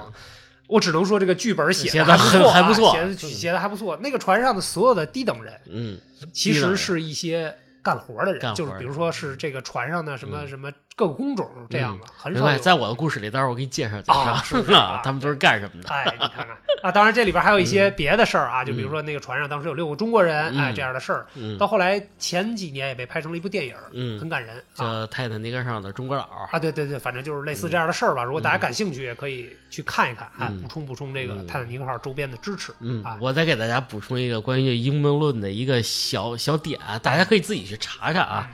我只能说这个剧本写
嗯写
的
得很还
还
不
错啊，
错
写得写的还不错。那个船上的所有的低等人，
嗯
其
低等
实
人
是一些干活的人，
干活
就
的嗯
是比如说是这个船上的什么什么各个工种这样的，很
另
少
外，
有。
在我的故事里，待会儿我给你介绍介
啊
[laughs]
是是
绍，
啊
他们都是干什么的？
[laughs] 哎，你看看啊，当然这里边还有一些别的事儿啊，就比如说那个船上当时有六个中国人，
嗯
哎，这样的事儿，
嗯
到后来前几年也被拍成了一部电影，
嗯
很感人啊。
叫《泰坦尼克上的中国佬
啊，对对对，反正就是类似这样的事儿吧。如果大家感兴趣，也可以去看一看，哎，
嗯
补充补充这个
嗯
泰坦尼克号周边的支持。
嗯
啊，，
我再给大家补充一个关于阴谋论的一个小小点啊，大家可以自己去查查啊。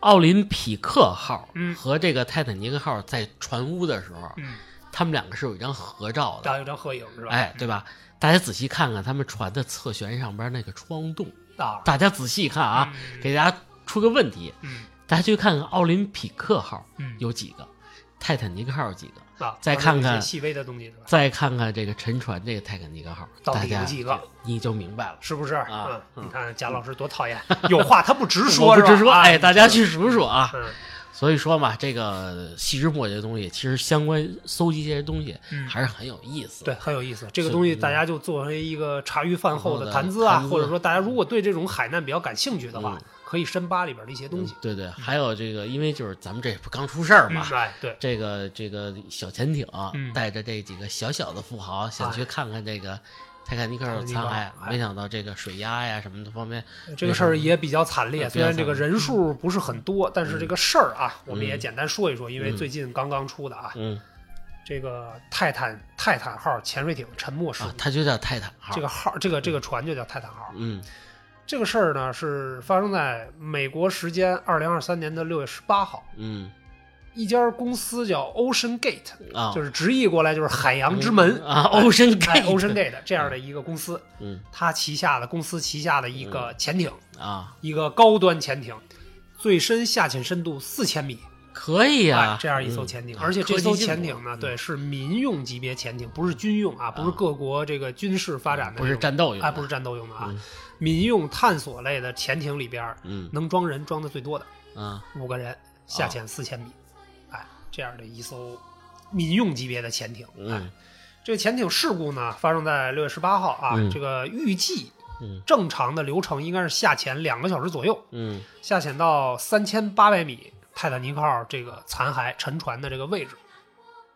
奥林匹克号
嗯
和这个泰坦尼克号在船坞的时候，
嗯，
他们两个是有一张合照
然
的，
后有张合影是吧？
哎，对吧？大家仔细看看他们船的侧舷上边那个窗洞，
啊，
大家仔细看啊，给大家出个问题，
嗯
大家去看看奥林匹克号
嗯
有几个，泰坦尼克号有几个，
啊，
再看看
有一些细微的东西是吧？
再看看这个沉船这个泰坦尼克号，
到
大
底有
家
几个？
你就明白了。
是不是
啊
嗯你看贾老师多
[laughs]
讨厌，有话他不直说，
我
是
不
吧
直说，
啊
哎，大家去数数啊。
嗯
所以说嘛，这个细枝末节的东西，其实相关搜集这些东西
嗯
还是很有意思。
对，，很有意思。这个东西大家就作为一个茶余饭后的谈资嗯
嗯
啊，
谈资
或者说大家如果对这种海难比较感兴趣的话，可以深扒里边的一些东西。
嗯对对，还有这个，因为就是咱们这不刚出事儿嘛，
嗯哎，对，
这个这个小潜艇
嗯
带着这几个小小的富豪想去看看这个泰坦尼克号残
哎
骸，没想到这个水压呀什么的方面，
呃这个事儿也比较惨烈。嗯
嗯
虽然这个人数不是很多，但是这个事儿啊，我们也简单说一说，因为最近刚刚出的啊，
嗯
这个泰坦泰坦号潜水艇沉没事
啊，
故，
它就叫泰坦号。
这个号这个这个船就叫泰坦号。
嗯
这个事儿呢是发生在美国时间二零二三年的六月十八号，
嗯
一家公司叫 Ocean Gate，
啊，
就是是直译过来就是海洋之门
啊，Ocean
哎
Gate，
Ocean Gate 这样的一个公司，
嗯
它旗下的公司旗下的一个潜艇，
啊，
一个高端潜艇，最深下潜深度四千米，
可以
哎
呀，，
这样一艘
嗯
潜艇，
啊
而且这
科技
艘
进步嗯
潜艇呢，对，是民用级别潜艇，不是军用啊，不是各国这个军事发展的
不是
这种，
战斗用的，嗯
哎，不是
战，
战斗用的啊，民用探索类的潜艇里边
嗯
能装人装的最多的
啊
五个人，下潜四千米，哎，这样的一艘民用级别的潜艇，哎。
嗯
这个潜艇事故呢，发生在六月十八号啊。
嗯
这个预计
嗯
正常的流程应该是下潜两个小时左右，
嗯
下潜到三千八百米泰坦尼克号这个残骸沉船的这个位置，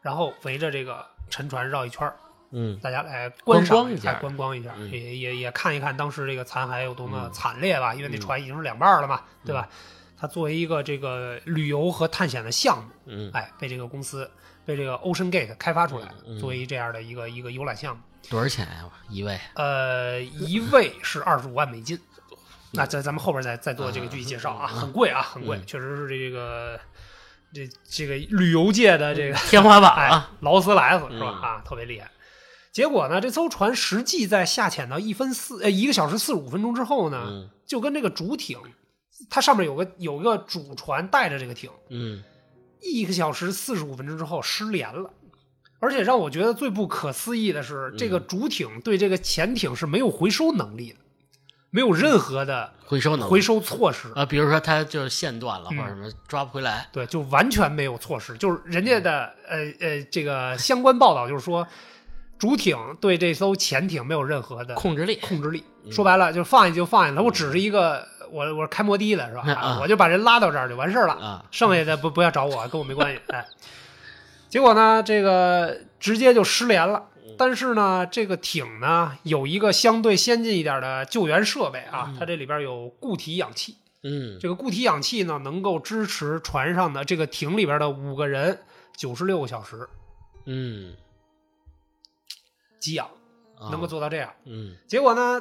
然后围着这个沉船绕一圈儿，
嗯
大家来观赏
观光一下
哎观光一下，
嗯
也也也看一看当时这个残骸有多么惨烈吧，
嗯
因为那船已经是两半儿了嘛，对吧？它作为一个这个旅游和探险的项目，
嗯
哎，被这个公司被这个 Ocean Gate 开发出来，
嗯嗯
作为这样的一个一个游览项目。
多少钱呀？一位？
呃，一位是二十五万美金，
嗯
那在咱们后边再再做这个具体介绍啊，很贵啊，很贵，
嗯
确实是这个这这个旅游界的这个
天花板
哎
啊！
劳斯莱斯是吧？
嗯
啊，特别厉害。结果呢，这艘船实际在下潜到一分四呃一个小时四十五分钟之后呢，
嗯
就跟这个主艇，它上面有个有一个主船带着这个艇，
嗯
一个小时四十五分钟之后失联了。而且让我觉得最不可思议的
嗯
是，这个主艇对这个潜艇是没有回收能力的，没有
嗯
任何的
回收能力
回收措施，
啊，比如说它就是线断了或者
嗯
什么抓不回来，
对，就完全没有措施。就是人
嗯
家的呃呃，这个相关报道就是说，主艇对这艘潜艇没有任何的
控制力
控制力。
嗯
说白了，就是放下就放下了，我只是一个我我是开摩的的是吧？
嗯啊
我就把人拉到这儿就完事儿了。
啊，
剩下的不不要找我，跟我没关系。哎，结果呢，这个直接就失联了。
嗯
但是呢，这个艇呢有一个相对先进一点的救援设备啊，它这里边有固体氧气。
嗯
这个固体氧气呢，能够支持船上的这个艇里边的五个人九十六个小时
嗯，
给氧，
啊
能够做到这样。
嗯
结果呢，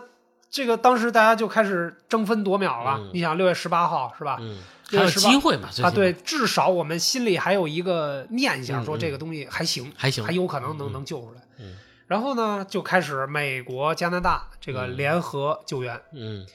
这个当时大家就开始争分夺秒了。
嗯
你啊想，六月十八号是吧？
嗯，还
这个
有
是吧
机会嘛？最起
啊，
码
对，，至少我们心里还有一个念想，
嗯
说
嗯
这个东西还行，
还行，
还有可能能
嗯
能救出来。
嗯
然后呢，就开始美国、加拿大这个
嗯
联合救援，
嗯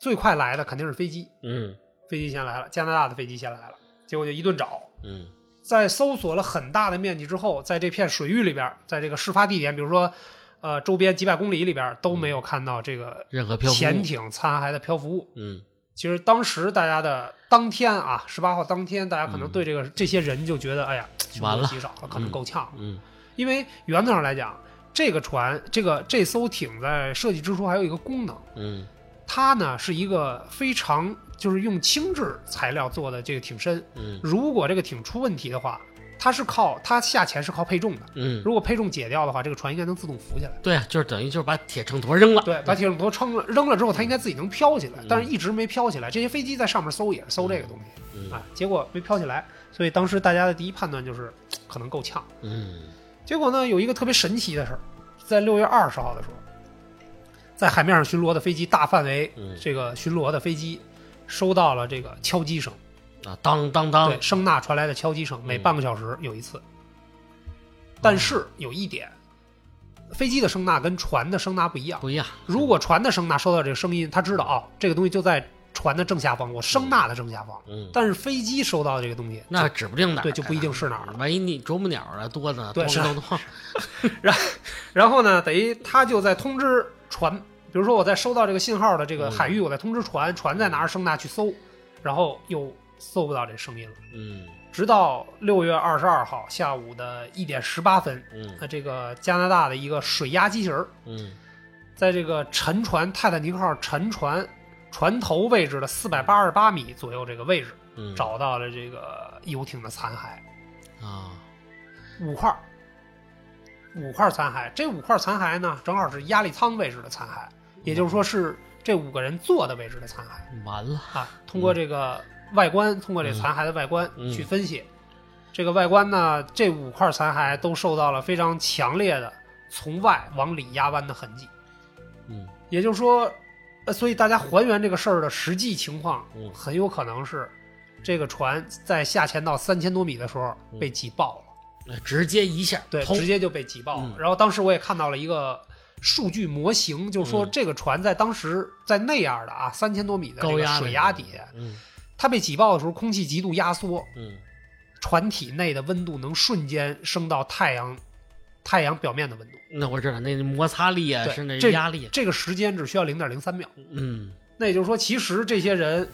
最快来的肯定是飞机，
嗯
飞机先来了，加拿大的飞机先来了，结果就一顿找。
嗯
在搜索了很大的面积之后，在这片水域里边，在这个事发地点，比如说，呃，周边几百公里里边都没有看到这个
任何嗯漂浮物
潜艇残骸的漂浮物。
嗯
其实当时大家的当天啊，十八号当天，大家可能
嗯
对这个、这些人就觉得，哎呀，凶
完
多
了
吉少了，可能够呛了。
嗯
因为原则上来讲，这个船，这个这艘艇在设计之初还有一个功能，
嗯
它呢是一个非常就是用轻质材料做的这个艇身。
嗯
如果这个艇出问题的话，它是靠它下潜是靠配重的，
嗯，
如果配重解掉的话，这个船应该能自动浮起来。
对啊，就是等于就是把铁秤砣扔了，
对，把铁桶砣撑了，扔了之后，它应该自己能飘起来，但是一直没飘起来。这些飞机在上面搜也是搜这个东西。
嗯
啊，结果没飘起来，所以当时大家的第一判断就是可能够呛。
嗯
结果呢，有一个特别神奇的事儿，在六月二十号的时候，在海面上巡逻的飞机大范围
嗯
这个巡逻的飞机收到了这个敲击声，
啊，嗯当当当
对，，声呐传来的敲击声，每半个小时有一次。但
哦
是有一点，飞机的声呐跟船的声呐不一样。
不一样，
如果船的声呐收到这个声音，他知道哦，这个东西就在船的正下方，我声呐的正下方。
嗯，
但是飞机收到的这个东西，
那指不定哪儿嗯
对，就不一定是哪儿
呢哎
了。
万一你啄木鸟啊多呢，
对
咚
是
咚咚，
然后呢，等于他就在通知船，比如说我在收到这个信号的这个
嗯
海域，我在通知船，船在拿着声呐去搜，然后又搜不到这声音了。
嗯
直到六月二十二号下午的一点十八分，
嗯
那这个加拿大的一个水压机器人儿，
嗯
在这个沉船泰坦尼克号沉船船头位置的四百八十八米左右这个位置，
嗯，
找到了这个游艇的残骸。
啊，
五块儿，五块儿残骸。这五块儿残骸呢，正好是压力舱位置的残骸，也就是说是这五个人坐的位置的残骸
完了，
啊。通过这个外观，通过这残骸的外观
嗯
去分析，这个外观呢，这五块儿残骸都受到了非常强烈的从外往里压弯的痕迹。
嗯
也就是说，呃，所以大家还原这个事儿的实际情况
嗯，
很有可能是这个船在下潜到三千多米的时候被
嗯
挤爆了。
直接一下，
对，
砰
直接就被挤爆了
嗯。
然后当时我也看到了一个数据模型，就是说
嗯
这个船在当时在那样的啊三千多米的这
高
个
压
水
那
压
种
底，
嗯
它被挤爆的时候，空气极度压缩，
嗯
船体内的温度能瞬间升到太阳太阳表面的温度。
那我知道，那摩擦力啊，
对
是那
这
压力，
这个时间只需要零点零三秒。
嗯
那也就是说，其实这些人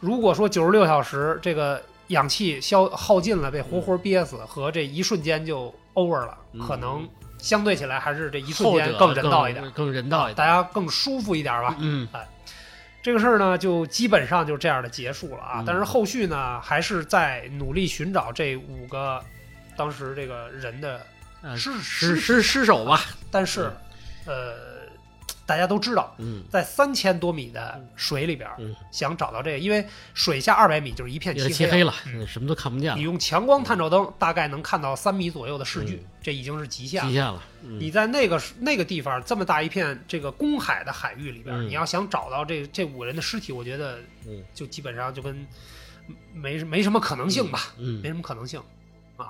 如果说九十六小时这个氧气消耗尽了，被活活憋死，和这一瞬间就 over 了，
嗯
可能相对起来还是这一瞬
后
间
者
更人道一点。，
更人道一点，
大家更舒服一点吧。
嗯
这个事儿呢，就基本上就这样的结束了啊
嗯。
但是后续呢，还是在努力寻找这五个当时这个人的
啊
尸
失
尸体。
失失手吧，
但是，呃，大家都知道，
嗯，
在三千多米的水里边儿
嗯
想找到这个，因为水下二百米就是一片
也
漆
漆
黑
黑啊
了。
了，嗯什么都看不见
你
了，
用强光探照灯，大概能看到三米左右的视距
嗯，
这已经是极限了
极。限了，嗯
你在那个那个地方这么大一片这个公海的海域里边，
嗯
你要想找到这这五个人的尸体，我觉得
嗯
就基本上就跟没没什么可能性吧，没
嗯
什么可能性啊。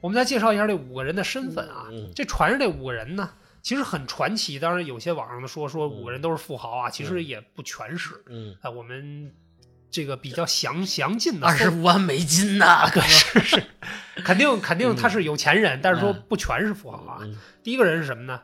我们再介绍一下这五个人的身份啊
嗯嗯。
这船上这五个人呢，其实很传奇。当然，有些网上的说说五个人都是富豪啊，其实也不全是。
嗯，
啊，我们这个比较详详尽的
二十五万美金呐，可是，
是是，
[laughs]
肯定肯定他是有钱人，但是说
嗯
不全是富豪啊。
嗯
第一个人是什么呢？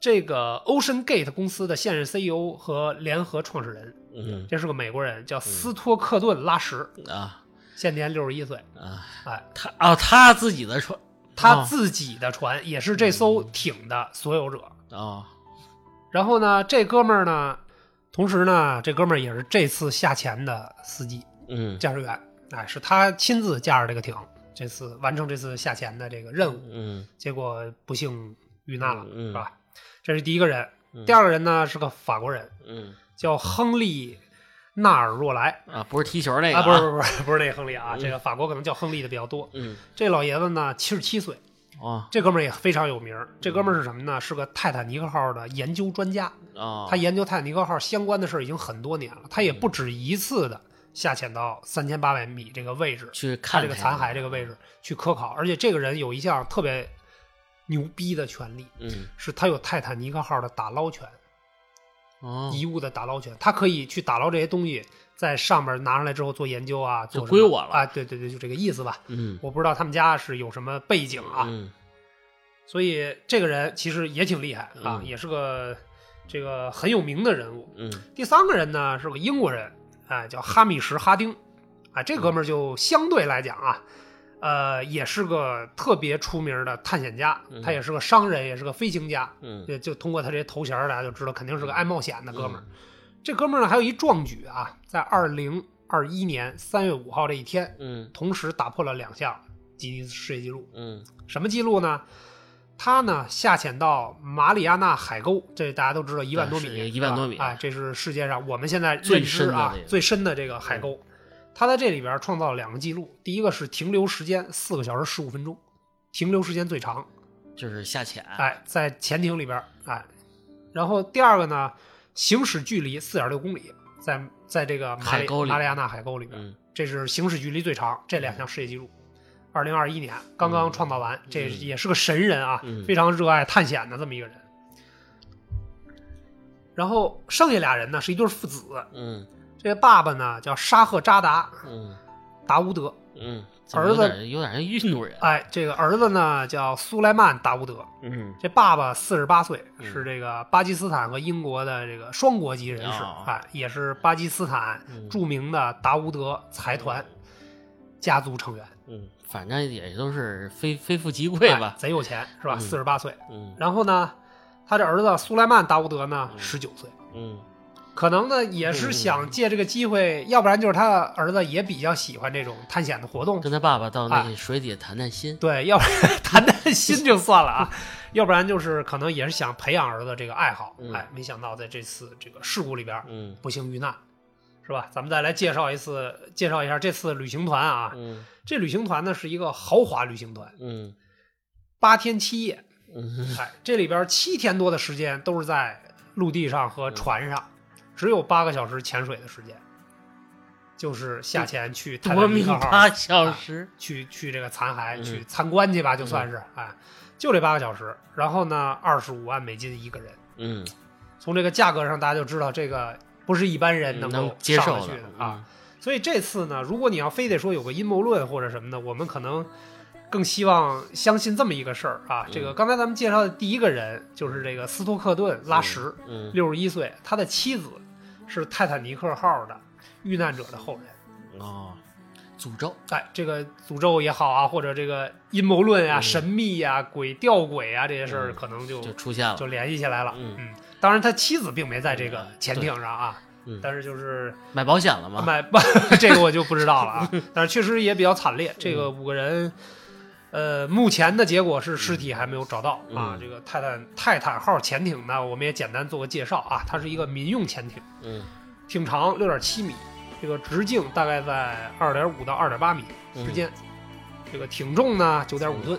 这个 Ocean Gate 公司的现任 CEO 和联合创始人，
嗯
这是个美国人，叫斯托克顿·拉什，
啊
现年六十一岁。
啊，
哎，
他啊他自己的船，
他
哦
自己的船也是这艘艇的所有者。
哦，
然后呢，这哥们儿呢，同时呢，这哥们儿也是这次下潜的司机
嗯
驾驶员，哎，是他亲自驾驶这个艇，这次完成这次下潜的这个任务。
嗯
结果不幸遇难了，
嗯嗯
是吧？这是第一个人。
嗯
第二个人呢是个法国人，
嗯
叫亨利·纳尔若莱
啊，不是踢球那个
啊，不是，不是不是不是那个亨利啊，这个法国可能叫亨利的比较多。
嗯
这老爷子呢七十七岁，
啊
这哥们儿也非常有名儿。这哥们儿是什么呢？是个泰坦尼克号的研究专家，
啊，
他研究泰坦尼克号相关的事儿已经很多年了，他
嗯
也不止一次的下潜到三千八百米这个位置，
去看嗯
看这个残骸这个位置去科考。而且这个人有一项特别牛逼的权利，
嗯
是他有泰坦尼克号的打捞权，
哦，
遗物的打捞权，他可以去打捞这些东西，在上面拿上来之后做研究啊，做
就
什么
归我了
啊。对对对，就这个意思吧。
嗯
我不知道他们家是有什么背景啊，
嗯
所以这个人其实也挺厉害啊，
嗯
也是个这个很有名的人物。
嗯
第三个人呢是个英国人，哎，叫哈米什·哈丁，啊，这哥们儿就相对来讲啊，呃，也是个特别出名的探险家，
嗯
他也是个商人，也是个飞行家，
嗯
也就通过他这些头衔儿，大家就知道肯定是个爱冒险的哥们儿。这哥们儿呢还有一壮举啊，在二零二一年三月五号这一天，
嗯
同时打破了两项吉尼斯世界纪录。
嗯
什么记录呢？他呢下潜到马里亚纳海沟，这大家都知道一万
对
多
是
米，
一万多米
啊，哎这是世界上我们现在
最
认知啊
深的那个
最深的这个海沟。他在这里边创造了两个记录，第一个是停留时间四个小时十五分钟，停留时间最长，
就是下潜
哎，在潜艇里边，哎，然后第二个呢，行驶距离四点六公里，在在这个马
海
里
沟里
马里亚纳海沟里边，
嗯
这是行驶距离最长，这两项世界纪录。二零二一年刚刚创造完，这也是个神人啊，
嗯
非常热爱探险的这么一个人。然后剩下俩人呢是一对父子，
嗯
这爸爸呢叫沙赫扎达
嗯
达乌德，
嗯，
儿子
有点像印度人
哎，这个儿子呢叫苏莱曼达乌德，
嗯
这爸爸四十八岁，是这个巴基斯坦和英国的这个双国籍人士
哦
哎，也是巴基斯坦
嗯
著名的达乌德财团家族成员，
嗯，反正也都是非非富即贵
对
吧，
贼有钱是吧？
嗯
四十八岁。
嗯
然后呢，他这儿子苏莱曼达乌德呢，十九岁。
嗯
可能呢，也是想借这个机会，要不然就是他儿子也比较喜欢这种探险的活动，
跟他爸爸到那
哎
水底下谈谈心，
对，要不 [laughs] 然谈谈心就算了啊， [laughs] 要不然就是可能也是想培养儿子这个爱好
嗯。
哎，没想到在这次这个事故里边儿
嗯
不幸遇难，是吧？咱们再来介绍一次，介绍一下这次旅行团啊。
嗯
这旅行团呢是一个豪华旅行团，
嗯
八天七夜。
嗯
哎，这里边七天多的时间都是在陆地上
嗯
和船上，只有八个小时潜水的时间，就是下潜去泰
夺
坦尼
命
克号
八小时，
去去这个残骸
嗯
去参观去吧，就算是哎，就这八个小时。然后呢，二十五万美金一个人，
嗯，
从这个价格上大家就知道这个不是一般人哎够
嗯能接
上得
受
去的啊。
啊，
所以这次呢，如果你要非得说有个阴谋论或者什么的，我们可能更希望相信这么一个事儿
嗯
啊。这个刚才咱们介绍的第一个人就是这个斯托克顿·拉什，
嗯
六十一岁，他的妻子是泰坦尼克号的遇难者的后人。
哦，诅咒，
哎，这个诅咒也好啊，或者这个阴谋论啊、
嗯
神秘呀、鬼吊诡啊这些事儿，
嗯
可能就
就出现了，
就联系起来了。
嗯
当然他妻子并没在这个潜艇上啊，
嗯
但是就是
买保险了吗？
啊买 [laughs] 这个我就不知道了啊，但是确实也比较惨烈。这个五个人，呃，目前的结果是尸体还没有找到啊
嗯。
这个泰坦泰坦号潜艇呢，我们也简单做个介绍啊，它是一个民用潜艇，
嗯
艇长六点七米，这个直径大概在二点五到二点八米
嗯
之间，这个挺重呢九点五吨。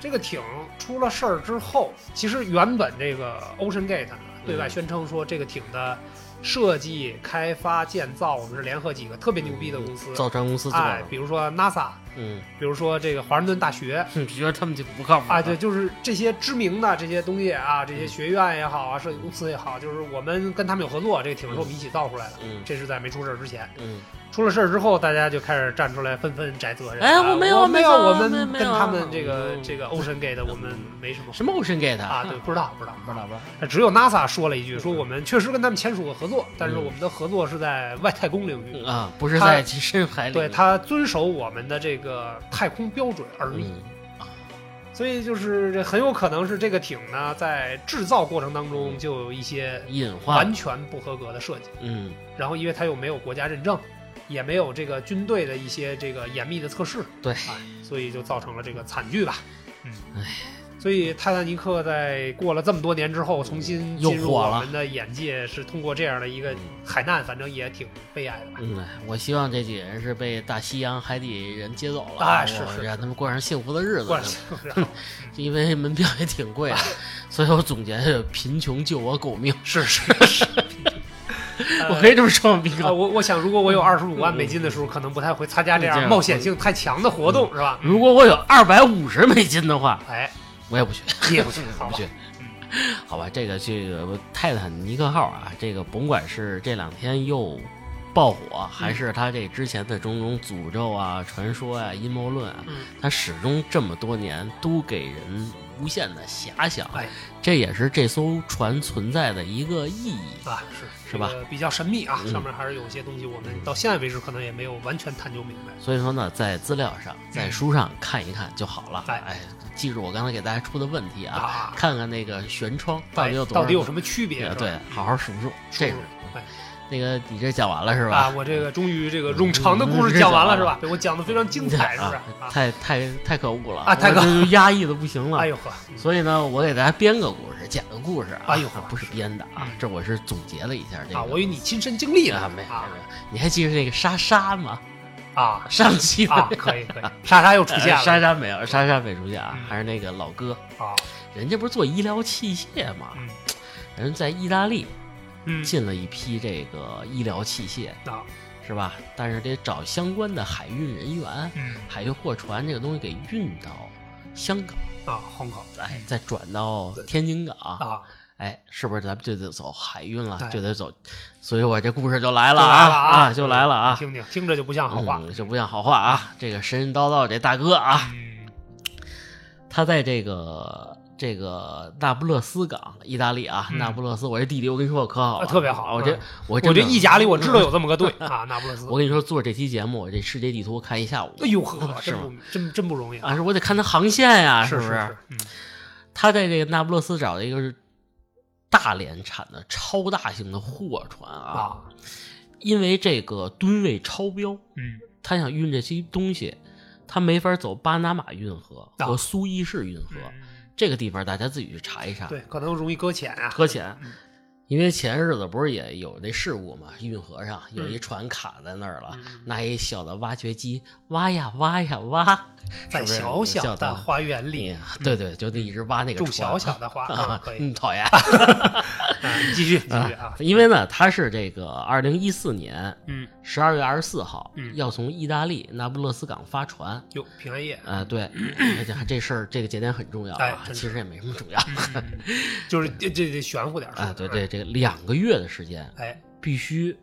这个艇出了事儿之后，其实原本这个 Ocean Gate 呢对外宣称说这个艇的设计、开发、建造，我们是联合几个特别牛逼的公司，
造船公司做
哎
的，，
比如说 NASA、
嗯，
比如说这个华盛顿大学
[laughs] 你觉得他们就不靠谱
啊，对，，就是这些知名的这些东西啊，这些学院也好啊，设计公司也好，就是我们跟他们有合作，这个铁门是我们一起造出来的。
嗯
这是在没出事儿之前，
嗯，
出了事儿之后，大家就开始站出来纷纷摘责任。
哎
啊
我
我
没有
没
没有
我
没有
们
没
跟
有
他们这个
嗯
这个 Ocean Gate 我们没什么
什么 Ocean Gate
啊，对，不知道不知道
不知道嗯吧？
只有 NASA 说了一句，说我们确实跟他们签署过合作，但是我们的合作是在外太空领域，
啊，不是
他
在深海里，
[laughs] 对，他遵守我们的这个太空标准而已。
嗯
所以就是这很有可能是这个艇呢，在制造过程当中就有一些
隐患
完，全不合格的设计，
嗯
然后因为它又没有国家认证，也没有这个军队的一些这个严密的测试，
对，
哎，所以就造成了这个惨剧吧。嗯，所以泰坦尼克在过了这么多年之后，重新进
又
入
火了
我们的眼界，是通过这样的一个海难，反正也挺悲哀的吧。
嗯，哎我希望这几个人是被大西洋海底人接走了，啊
哎是
我
是
让他们过上幸福的日
过哎
子
[laughs] 两，天
因为门票也挺贵的，所以我总结是贫穷救我狗
[laughs]
命，是 [laughs] 是是，我可以这么说吗，斌
啊，
哥？
我我想，如果我有二十五万美金的时候，可能不太会参加这
这
样
样
冒险性太强的活动，
嗯
是吧？
如果我有二百五十美金的话，
哎，
我也不去，
你也不去，好
不
吧嗯
去？。好吧，这个这个泰坦尼克号啊，这个甭管是这两天又爆火，
嗯
还是它这之前的种种诅咒啊、传说啊、阴谋论啊，
嗯，
它始终这么多年都给人无限的遐想，
哎
这也是这艘船存在的一个意义。
啊，是
是吧？
这个比较神秘啊，
嗯
上面还是有些东西我们到现在为止可能也没有完全探究明白。
所以说呢，在资料上、在
嗯
书上看一看就好了。
哎
哎，记住我刚才给大家出的问题啊，
啊，
看看那个舷窗 [laughs] 到
哎
底有多少，哎
到底有什么区别？是吧
对，，好好数数。这
是
是那个你这讲完了是吧？嗯
啊，我这个终于这个冗长的故事讲完了是吧？对我讲的非常精彩，是不是？
啊
啊，
太太太可恶了
啊太可
我这就压抑的不行了。
哎呦呵，
所以呢，我给大家编个故事，讲个故事啊，
哎呦
不是编的啊
嗯，
这我是总结了一下这个。
啊，我与你亲身经历
啊
了，
没有没有
啊，
你还记得那个莎莎吗？ [laughs]
啊
上期的
啊，可以可以，莎莎又出
呃 [laughs]
现
莎
了
莎没有，莎莎没出现啊
嗯，
还是那个老哥，
啊，
人家不是做医疗器械嘛，
嗯
人家在意大利
嗯
进了一批这个医疗器械，
啊
是吧？但是得找相关的海运人员，
嗯
海运货船这个东西给运到香港。
啊，红口
哎，再转到天津港，
啊，
哎，是不是咱们就得走海运了
哎，
就得走？所以我这故事就来了
就来了啊
啊，就来了啊，
听听听着就不像好话，
嗯，就不像好话啊。这个神神叨叨这大哥啊，
嗯
他在这个这个那不勒斯港，意大利啊，
嗯
那不勒斯，我这地理我跟你说我可好
啊
了，
特别好
我这
嗯
我
我
真
这
的
意，甲里我知道有这么个
[laughs]
队啊，那不勒斯
我。跟你说做这期节目，我这世界地图看一下午
哎，呦呵，
[laughs] 是
真
吗
不真真不容易啊！
啊，是我得看他航线呀，
是
不
是
是？，
嗯
他在这个那不勒斯找了一个是大连产的超大型的货船啊，
啊，
因为这个吨位超标，
嗯
他想运这些东西，他没法走巴拿马运河
啊
和苏伊士运河，
嗯，
这个地方大家自己去查一查，
对，可能容易搁浅啊，
搁浅
嗯。
因为前日子不是也有那事故嘛，运河上有一船卡在那儿了，
嗯
拿一小的挖掘机挖呀挖呀挖，是
在
不是
小小
叫
的
他
花园里，
对对，就得一直挖那个
种
船
小小的花啊
嗯啊，
可以
嗯，讨
[laughs]
厌。
啊，你继续继续啊， [laughs]
因为呢，他是这个二零一四年
嗯，
十二月二十四号、
嗯
要从意大利那不勒斯港发船，啊、
有平安夜，
对，而且还这事儿这个节点很重要
嗯哎
啊，
真是
其实也没什么重要啊、
嗯 [laughs] 就是这这这玄乎点儿
啊
啊
对，这，这两个月的时间
哎，
必须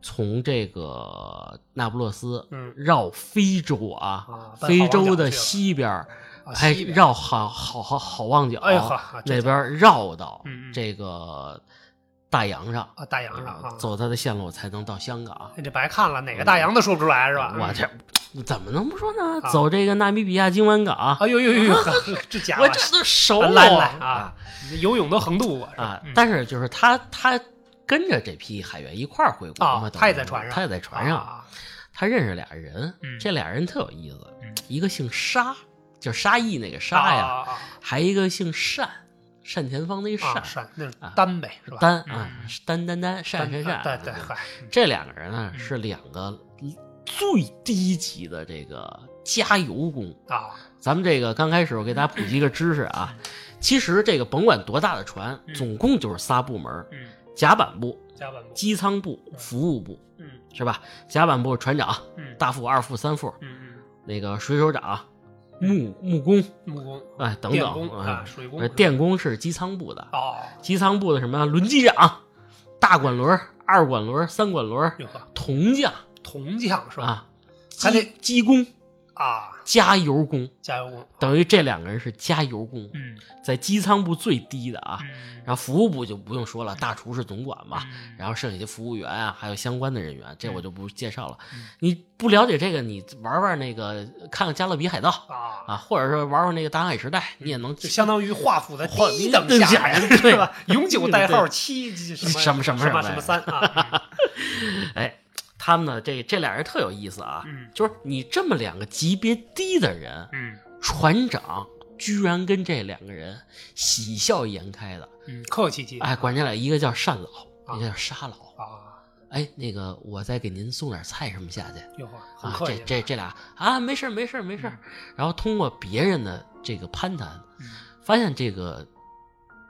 从这个那不勒斯
嗯
绕非洲啊，
啊奔好
非
望角
洲的
去了
西边儿，
啊
还
西边
绕好好好好望角、
哎呵，这
那边儿绕到
嗯嗯
这个大洋上。
啊，大洋上
啊
啊，哎
走他的线路才能到香港。
你这白看了，哪个大洋的说不出来是吧？
嗯
嗯
我这怎么能不说呢
啊？
走这个纳米比亚金湾港，
哎呦呦
[laughs]
呦呦，呵这家伙
我这都熟
啊
了
来来啊，你游泳都横渡我是吧
啊
嗯！
但是就是他他跟着这批海员一块儿回国
啊
嘛，等于
他也在船上
他也在船上，
啊
他认识俩人
嗯，
这俩人特有意思
嗯，
一个姓沙，就是沙溢那个沙呀，
啊啊
还一个姓单，单田芳那个
啊啊
单，
扇那是
啊
单呗是吧？
单
嗯
啊，单单单，单
单
单单，
[laughs] 对对，嗨，
这两个人呢
嗯
是两个最低级的这个加油工。
啊，
咱们这个刚开始我给大家普及一个知识啊，其实这个甭管多大的船，
嗯
总共就是仨部门：
嗯，
甲板部、
甲板部，
机舱部、服务部，
嗯
是吧？甲板部船长、
嗯
大副、二副、三副；
嗯嗯
那个水手长、木木工，
木工、
哎等
电工
等啊，
啊、水工
呃，电工是机舱部的，
哦，
机舱部的什么呀轮机长、大管轮、二管轮、三管轮、
哟呵，
铜匠
铜匠是吧？
啊，
还得
机机工、
啊，
加油工，
加油工，
等于这两个人是加油工，
嗯
在机舱部最低的啊。
嗯，
然后服务部就不用说了，大厨是总管嘛，
嗯
然后剩下的服务员啊，还有相关的人员，这我就不介绍了
嗯。
你不了解这个，你玩玩那个，看看《加勒比海盗》
啊，
啊，或者说玩玩那个《大航海时代》，你也能
嗯就相当于华府的
华
第一等下人，
对
是吧？ [laughs] 永久代号
对
七什
什么
什
什
么
么
什么
什么
三啊，
哎，他们呢，这这俩人特有意思啊，
嗯
就是你这么两个级别低的人，
嗯
船长居然跟这两个人喜笑颜开的，
嗯，客气气
哎，管这俩一个叫单老，
啊
一个叫沙老，
啊，
哎，那个我再给您送点菜什么下去。
哟呵，很嗯
啊，
客
这
气，
这这俩啊，没事儿没事儿没事儿。然后通过别人的这个攀谈，
嗯
发现这个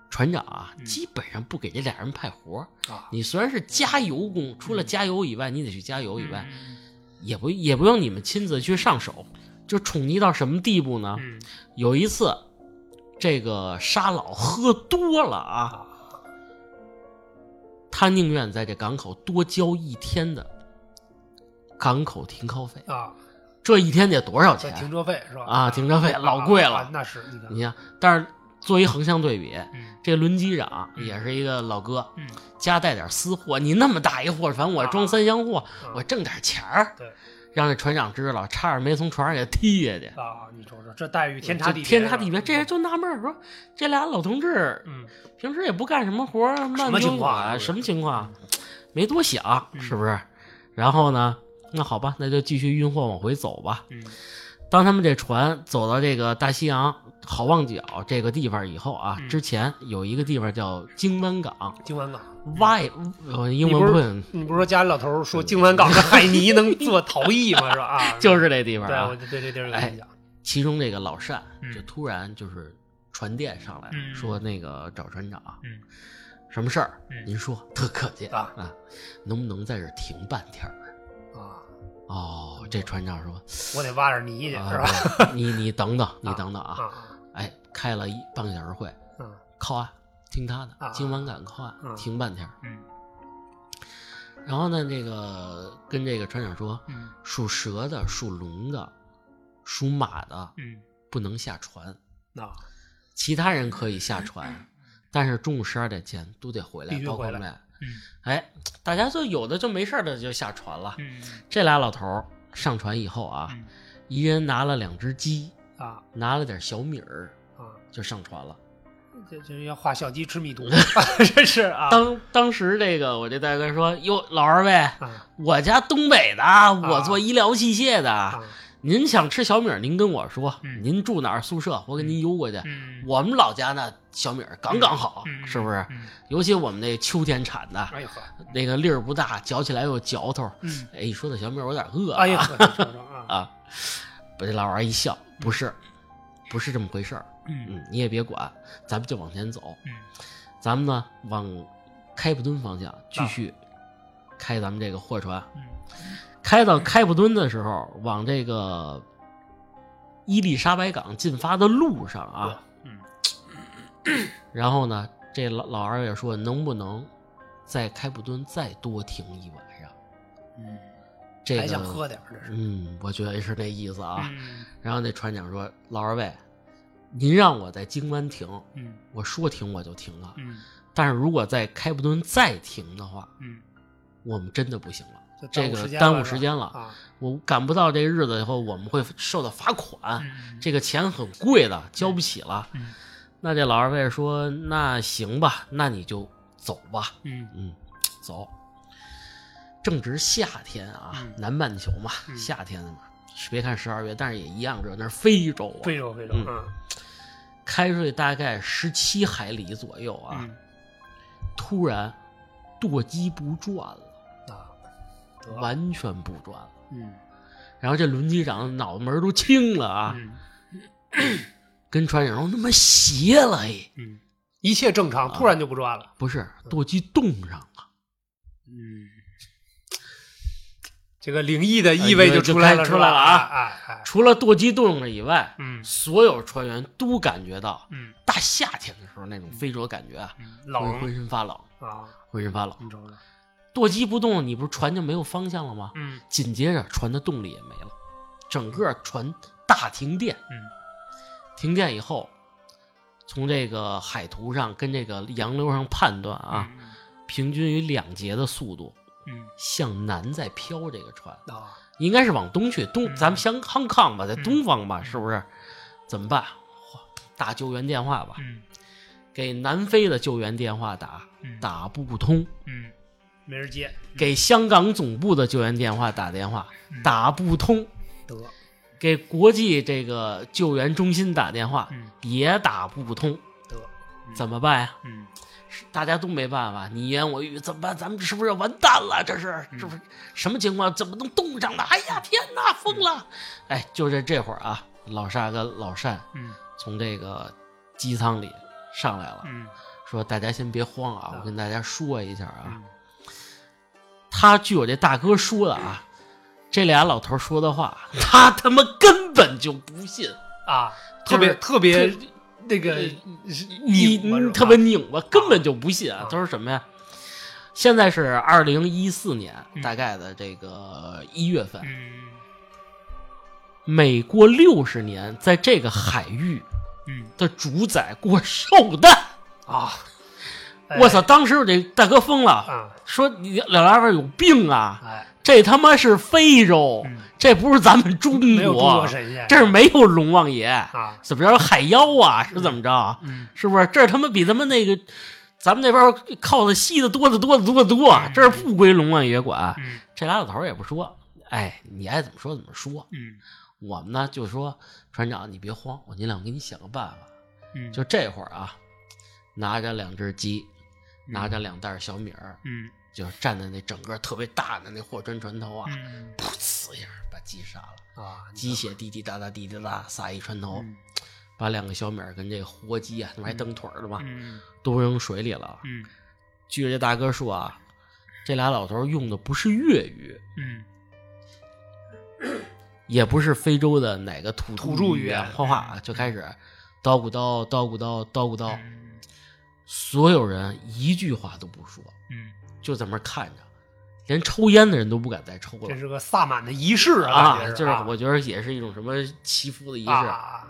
船长啊，
嗯
基本上不给这俩人派活儿。
啊，
你虽然是加油工，除了加油以外，你得去加油以外，
嗯
也不也不用你们亲自去上手。就宠溺到什么地步呢？
嗯
有一次，这个沙老喝多了啊，他宁愿在这港口多交一天的港口停靠费，
啊，
这一天得多少
这
钱？
停车费是吧？
啊停车费
啊
老贵了
啊那是你看，
你看，但是做一横向对比，
嗯
这轮机长
嗯
也是一个老哥，
嗯，
家带点私货，你那么大一货船，我
啊
装三箱货，我挣点钱儿，
嗯对
让这船长知道，差点没从船上给踢下去。
啊，你瞅瞅这待遇天差
这
地别
天
是
差
吧
地别，这人就纳闷儿说，这俩老同志
嗯
平时也不干什么活儿，慢
么
悠
情
悠
况啊
啊
这是嗯
什么情况？没多想，是不是？然后呢，那好吧，那就继续运货往回走吧。
嗯
当他们这船走到这个大西洋好望角这个地方以后啊，
嗯
之前有一个地方叫金湾港
金湾港，
，Y，呃英文不很
你不是说家里老头儿说金湾港的海泥能做陶艺吗？是吧？啊，
[laughs] 嗯 [laughs] 就是这地方
对，我
啊。
就对这地儿有
哎
印象。
其中这个老单
嗯
就突然就是传电上来了，
嗯
说那个找船长，啊
嗯
什么事儿？
嗯
您说，特客气
啊
能不能在这儿停半天儿？
啊，
哦，这船长说，
我得挖点泥去，是
啊
吧？
对你你等等，你等等
啊
啊，
啊
哎，开了一半个小时会，
啊
靠岸，听他
啊
的，金湾港靠岸，
嗯
停半天儿。
嗯
然后呢，这个跟这个船长说，
嗯
属蛇的、属龙的、属马的
嗯，
不能下船，
那
其他人可以下
[laughs]
船，但是中午十二点前都得回来
必，须
包括
回
我
来
们俩。
嗯
哎，大家就有的就没事儿的就下船了。
嗯
这俩老头儿上船以后啊，
嗯
一人拿了两只鸡，
啊
拿了点小米儿
啊，
就上船了。
这这要画小鸡吃米毒，这是啊 [laughs]
当当时这个我这大哥说：“哟，老二位，
啊
我家东北的，我做医疗器械的。
啊
您想吃小米儿，您跟我说。
嗯
您住哪儿宿舍，我给您邮过去。
嗯，
我们老家那小米儿刚刚好，
嗯
是不是？？
嗯嗯
尤其我们那秋天产的，
哎呦呵，
那个粒儿不大，嚼起来有嚼头。
嗯，
哎，一说到小米儿，我有点饿、啊。
哎呦呵，你瞅瞅啊，
啊！把这老二一笑，不是，不是这么回事儿。
嗯
[laughs] 嗯，你也别管，咱们就往前走。
嗯
咱们呢，往开普敦方向
啊
继续开咱们这个货船。
嗯
开到开普敦的时候，往这个伊丽莎白港进发的路上啊，
嗯
然后呢，这老老二也说，能不能在开普敦再多停一晚上？
嗯，
这个，
还想喝点儿，这是
嗯，我觉得是那意思啊。
嗯
然后那船长说，老二位，您让我在京湾停，
嗯
我说停我就停了，
嗯
但是如果在开普敦再停的话，
嗯，
我们真的不行了。
就
这
耽误
个
时间
耽
了
误
是
时
吧
间了，
啊，
我赶不到这日子以后，我们会受到罚款。
嗯
这个钱很贵的，交不起了。
嗯
那这老二位说：“那行吧，那你就走吧。
嗯”
嗯，走。正值夏天啊，
嗯
南半球嘛，
嗯
夏天嘛，别看十二月，但是也一样热。那是非洲啊，
非洲非洲，
嗯
嗯
开出去大概十七海里左右啊，
嗯
突然舵机不转了，
啊，得了
完全不转了。
嗯
然后这轮机长脑门儿都青了啊，
嗯
跟船长说：“他妈邪了哎嘿！
嗯，一切正
啊
常，突然就不转了，
嗯不是，舵机冻上了。”
嗯。这个灵异的意味就出来了，
就看出来了啊
啊啊！
除了剁鸡动了以外，
嗯
所有船员都感觉到
嗯，
大夏天的时候那种非灼感觉啊，
嗯
浑
冷
浑身发冷，
啊，
浑身发冷。
你瞅瞅，
舵机不动，你不是船就没有方向了吗？
嗯
紧接着船的动力也没了，整个船大停电。
嗯
停电以后，从这个海图上跟这个洋流上判断啊，，平均以两节的速度
嗯
向南在飘。这个船
嗯啊，
应该是往东去，东
嗯
咱们香康康吧，在
嗯
东方吧，是不是？怎么办？嚯打救援电话吧，
嗯
给南非的救援电话打
嗯
打不通，
嗯，没人接，
给香港总部的救援电话打电话
嗯
打不通，
得，
给国际这个救援中心打电话
嗯
也打不通，
得，
怎么办呀？
嗯
是大家都没办法，你言我语，怎么办？咱们是不是要完蛋了？这是这不是什么情况？怎么能冻上呢？哎呀，天哪，疯了！哎，就是这会儿啊，老沙跟老单
嗯
从这个机舱里上来了，
嗯
说大家先别慌啊，
嗯
我跟大家说一下啊，
嗯
他据我这大哥说的啊，这俩老头说的话，他他妈根本就不信。
啊，
就
特别
是
特呃嗯别
特
那个
你嗯
拧巴是吧
特别拧巴，根本就不信啊
啊！
都是什么呀？现在是二零一四年
嗯
大概的这个一月份，
嗯
每过六十年，在这个海域
嗯
的主宰过寿诞。
啊，哎
我操！当时我这大哥疯了，
啊，
说你老拉边有病啊！
哎，
这他妈是非洲
嗯，
这不是咱们中
没有中
国啊
国，神仙，
这是没有龙王爷，
啊，
怎么着海妖啊？是怎么着啊？
嗯
是不是？这他妈比咱们那个，咱们那边靠的西的多的多的多的多，啊
嗯
这是不归龙王爷管。
嗯
这俩老头儿也不说，哎，你爱怎么说怎么说。
嗯
我们呢就说，船长你别慌，我尽量给你想个办法。
嗯，
就这会儿啊，拿着两只鸡，拿着两袋小米儿，
嗯
就站在那整个特别大的那货船船头啊，
嗯
噗呲一下把鸡杀了，
啊，你
鸡血滴滴答答滴滴答撒一船头，
嗯
把两个小米儿跟这活鸡啊，那不还蹬腿儿了吗？
嗯
都扔水里了。
嗯
据这大哥说啊，这俩老头用的不是粤语，
嗯
也不是非洲的哪个土
土
著
著
语
语
言，
言
哗哗啊就开始叨咕叨叨咕叨叨咕叨，
嗯
所有人一句话都不说，
嗯，
就在那儿看着，连抽烟的人都不敢再抽
这
了。
是个萨满的仪式
啊
感觉，
就是
啊
我觉得也是一种什么祈福的仪式，
啊，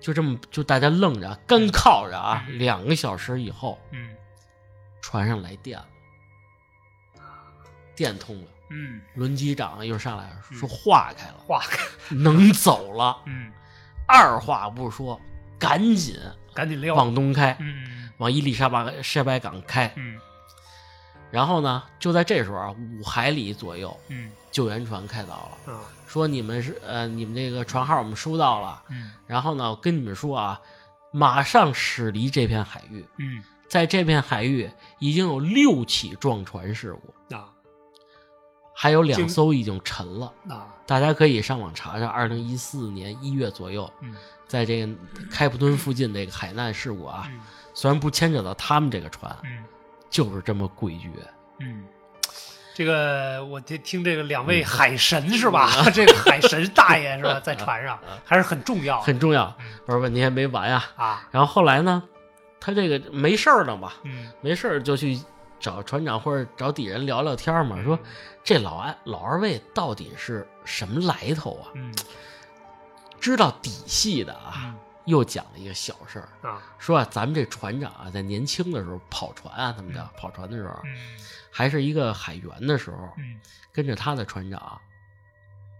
就这么就大家愣着，干靠着啊。两个小时以后，
嗯
船上来电了，电通了，
嗯，
轮机长又上来了，说
嗯
化开了，
化开，
能走了，
嗯，
二话不说，赶紧
赶紧撩，
往东开，
嗯
往伊丽莎白莎白港开。
嗯
然后呢，就在这时候啊，五海里左右，
嗯
救援船开到了，
啊，
说你们是呃，你们这个船号我们收到了。
嗯
然后呢，我跟你们说啊，马上驶离这片海域，
嗯
在这片海域已经有六起撞船事故，
啊
还有两
经
艘已经沉了。
啊，
大家可以上网查查，二零一四年一月左右，
嗯
在这个开普敦附近这个海难事故啊，
嗯
虽然不牵扯到他们这个船，
嗯
就是这么诡谲。
嗯。这个我听听这个两
嗯
位
[laughs]
海神是吧？ [laughs] 这个海神大爷是吧，在船上还是很重要的
啊很重要。我说问题还没完呀、
啊。
然后后来呢，他这个没事儿了嘛，
嗯
没事儿就去找船长或者找底人聊聊天嘛，说这老安老二位到底是什么来头啊？
嗯
知道底细的啊，
嗯
又讲了一个小事儿，
啊
说啊，咱们这船长啊，在年轻的时候跑船啊，他们叫跑船的时候，
嗯
还是一个海员的时候，
嗯
跟着他的船长，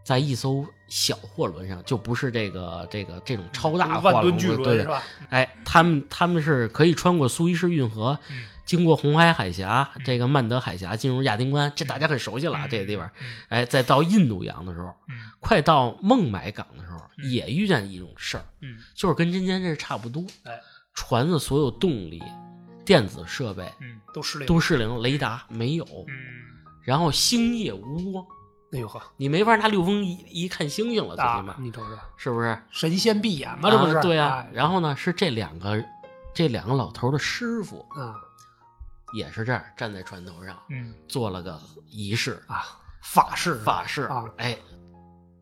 在一艘小货轮上，就不是这个这个这种超大货
万吨
轮，
巨轮
对
嗯是
对，
吧？
哎，他们他们是可以穿过苏伊士运河，
嗯
经过红海海峡，这个曼德海峡进入亚丁湾，这大家很熟悉了啊，这个地方，哎，再到印度洋的时候，
嗯
快到孟买港的时候，也遇见一种事儿，
嗯，
就是跟今天这差不多，
哎，
船的所有动力、电子设备
嗯，都失灵，
都失灵，雷达没有，
嗯，
然后星夜无光。
哎呦呵
你没法拿六风仪一看星星了，最起
啊
码，
你瞅瞅，
是不是？
神仙闭眼嘛，这不是？
啊对啊
哎，
然后呢，是这两个这两个老头的师傅
啊，
也是这样站在船头上
嗯
做了个仪式，
啊，法式是吧
法式
啊，
哎，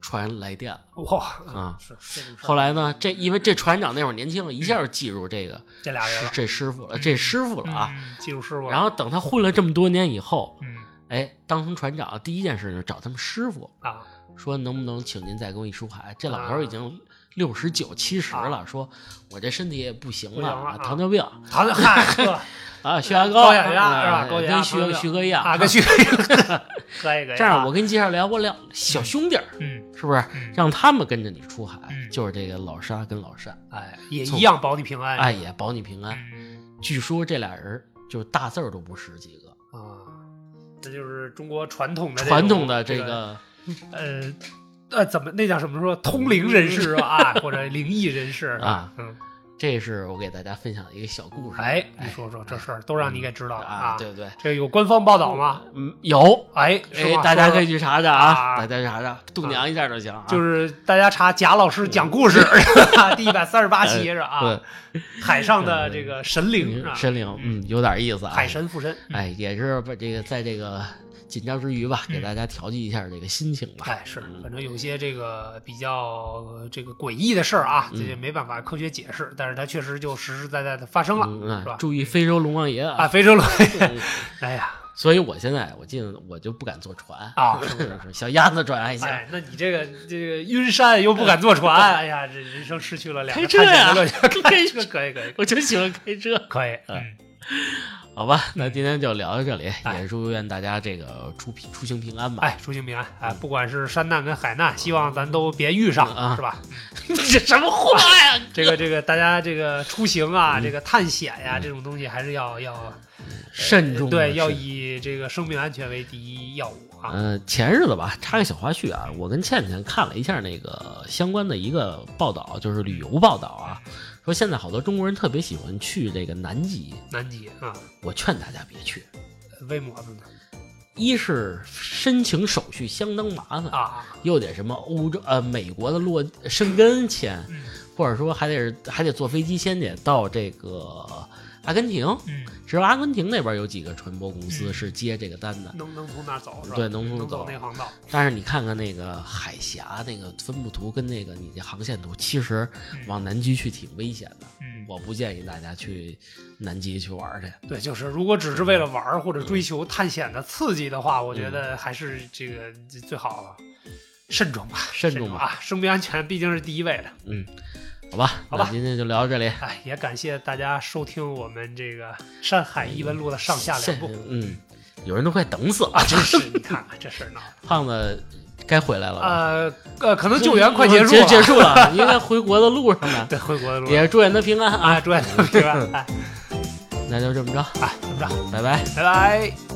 船来电了
哇，嗯
啊。
是是这么事儿
后来呢，这因为这船长那会儿年轻了，一下就记住这个
这俩人
是
了
这师傅了，这师傅了啊。，
嗯记住师傅了，
然后等他混了这么多年以后，
嗯
哎，当成船长第一件事就是找他们师傅，
啊，
说能不能请您再给我一出海？这老头
啊
儿已经六十九七十了，说我这身体也不行
不行
了，
了
啊
啊
糖尿病
谈的
[laughs]
嗨呵
啊，血压高，
高血压是吧
啊
高血
跟
压糖
徐
尿病
徐哥一样
啊，跟徐 [laughs] 可以可以，
这样，
啊
我跟你介绍俩我俩小兄弟儿，
嗯
是不是？
嗯，
让他们跟着你出海，
嗯
就是这个老沙跟老单，
哎也
从
一样保你平安，
哎，也保你平安。
嗯
据说这俩人儿就大字儿都不识几个，
啊，这就是中国传统的这种
传统的
这
这个
呃。呃，怎么那叫什么说通灵人士是吧？
[laughs]
啊，或者灵异人士
啊，
嗯，
这是我给大家分享的一个小故事。
哎，你说说这事儿都让你给知道了
啊，对不对？
这有官方报道吗？
嗯，有，
哎，是
哎，
吧
大家
说
可以去查查
啊
啊，大家查查，度娘一下就行啊。
就是大家查贾老师讲故事， [laughs] 啊第一百三十八期是吧啊，
对，嗯
海上的这个神灵啊，
神灵，嗯，有点意思啊。
海神附身，嗯
哎，也是把这个在这个紧张之余吧，给大家调剂一下这个心情吧。嗯
哎，是，反正有些这个比较呃这个诡异的事儿啊，这
嗯
也没办法科学解释，但是它确实就实实在在的发生
嗯
了，是
啊
吧，？
注意非洲龙王爷
啊，
啊！
非洲龙， [laughs] 哎呀
所以我现在我进我就不敢坐船，
啊，
[laughs] 是不是？小鸭子船还行，
哎，那你这个这个晕山又不敢坐船，哎呀，这人生失去了两个
开车呀
探险的乐趣
开
车 [laughs] 可以可以
我就喜欢开 [laughs] 车。
可以，嗯
嗯，好吧，那今天就聊到这里，
哎
也祝愿大家这个出平出行平安吧。
哎，出行平安，哎，不管是山难跟海难，希望咱都别遇上，
嗯啊
是吧？
这什么话呀？
这个这个，大家这个出行啊，
嗯
这个探险呀、这种东西还是要要
慎重啊，
对，要
慎
以这个生命安全为第一要务啊。
呃，前日子吧，插个小花絮啊，我跟倩倩看了一下那个相关的一个报道，就是旅游报道啊，说现在好多中国人特别喜欢去这个南极，
南极啊，
我劝大家别去，
为么子呢？
一是申请手续相当麻烦，
啊，
又得什么欧洲呃美国的落生根签，
嗯
或者说还得是还得坐飞机先得到这个阿根廷，
嗯，
只有阿根廷那边有几个船舶公司是接这个单的，
能能从那儿走是吧？
对
能
能从那儿
走
走
那航道。
但是你看看那个海峡那个分布图跟那个你这航线图，其实往南极去挺危险的。
嗯，
我不建议大家去南极去玩 [laughs] 去。
对，就是如果只是为了玩儿或者追求探险的刺激的话，
嗯
我觉得还是这个最好慎重吧，
慎
慎
重吧
啊，生命安全毕竟是第一位的。
嗯，好吧，
好吧
那今天就聊到这里。
哎，也感谢大家收听我们这个山海异闻录的上下两部
这嗯，有人都快等死了，
啊！真
[laughs]
是，你看看这事儿闹的。
胖子该回来了吧？
呃呃，可能救援快结束
[laughs] 结
了，
结束了，应该回国的路上 [laughs] 呢。
对，回国的路
也祝愿他平安啊！
啊，祝愿他们平安。哎，
啊那就这么着，
哎，怎么着？
拜拜。
拜拜。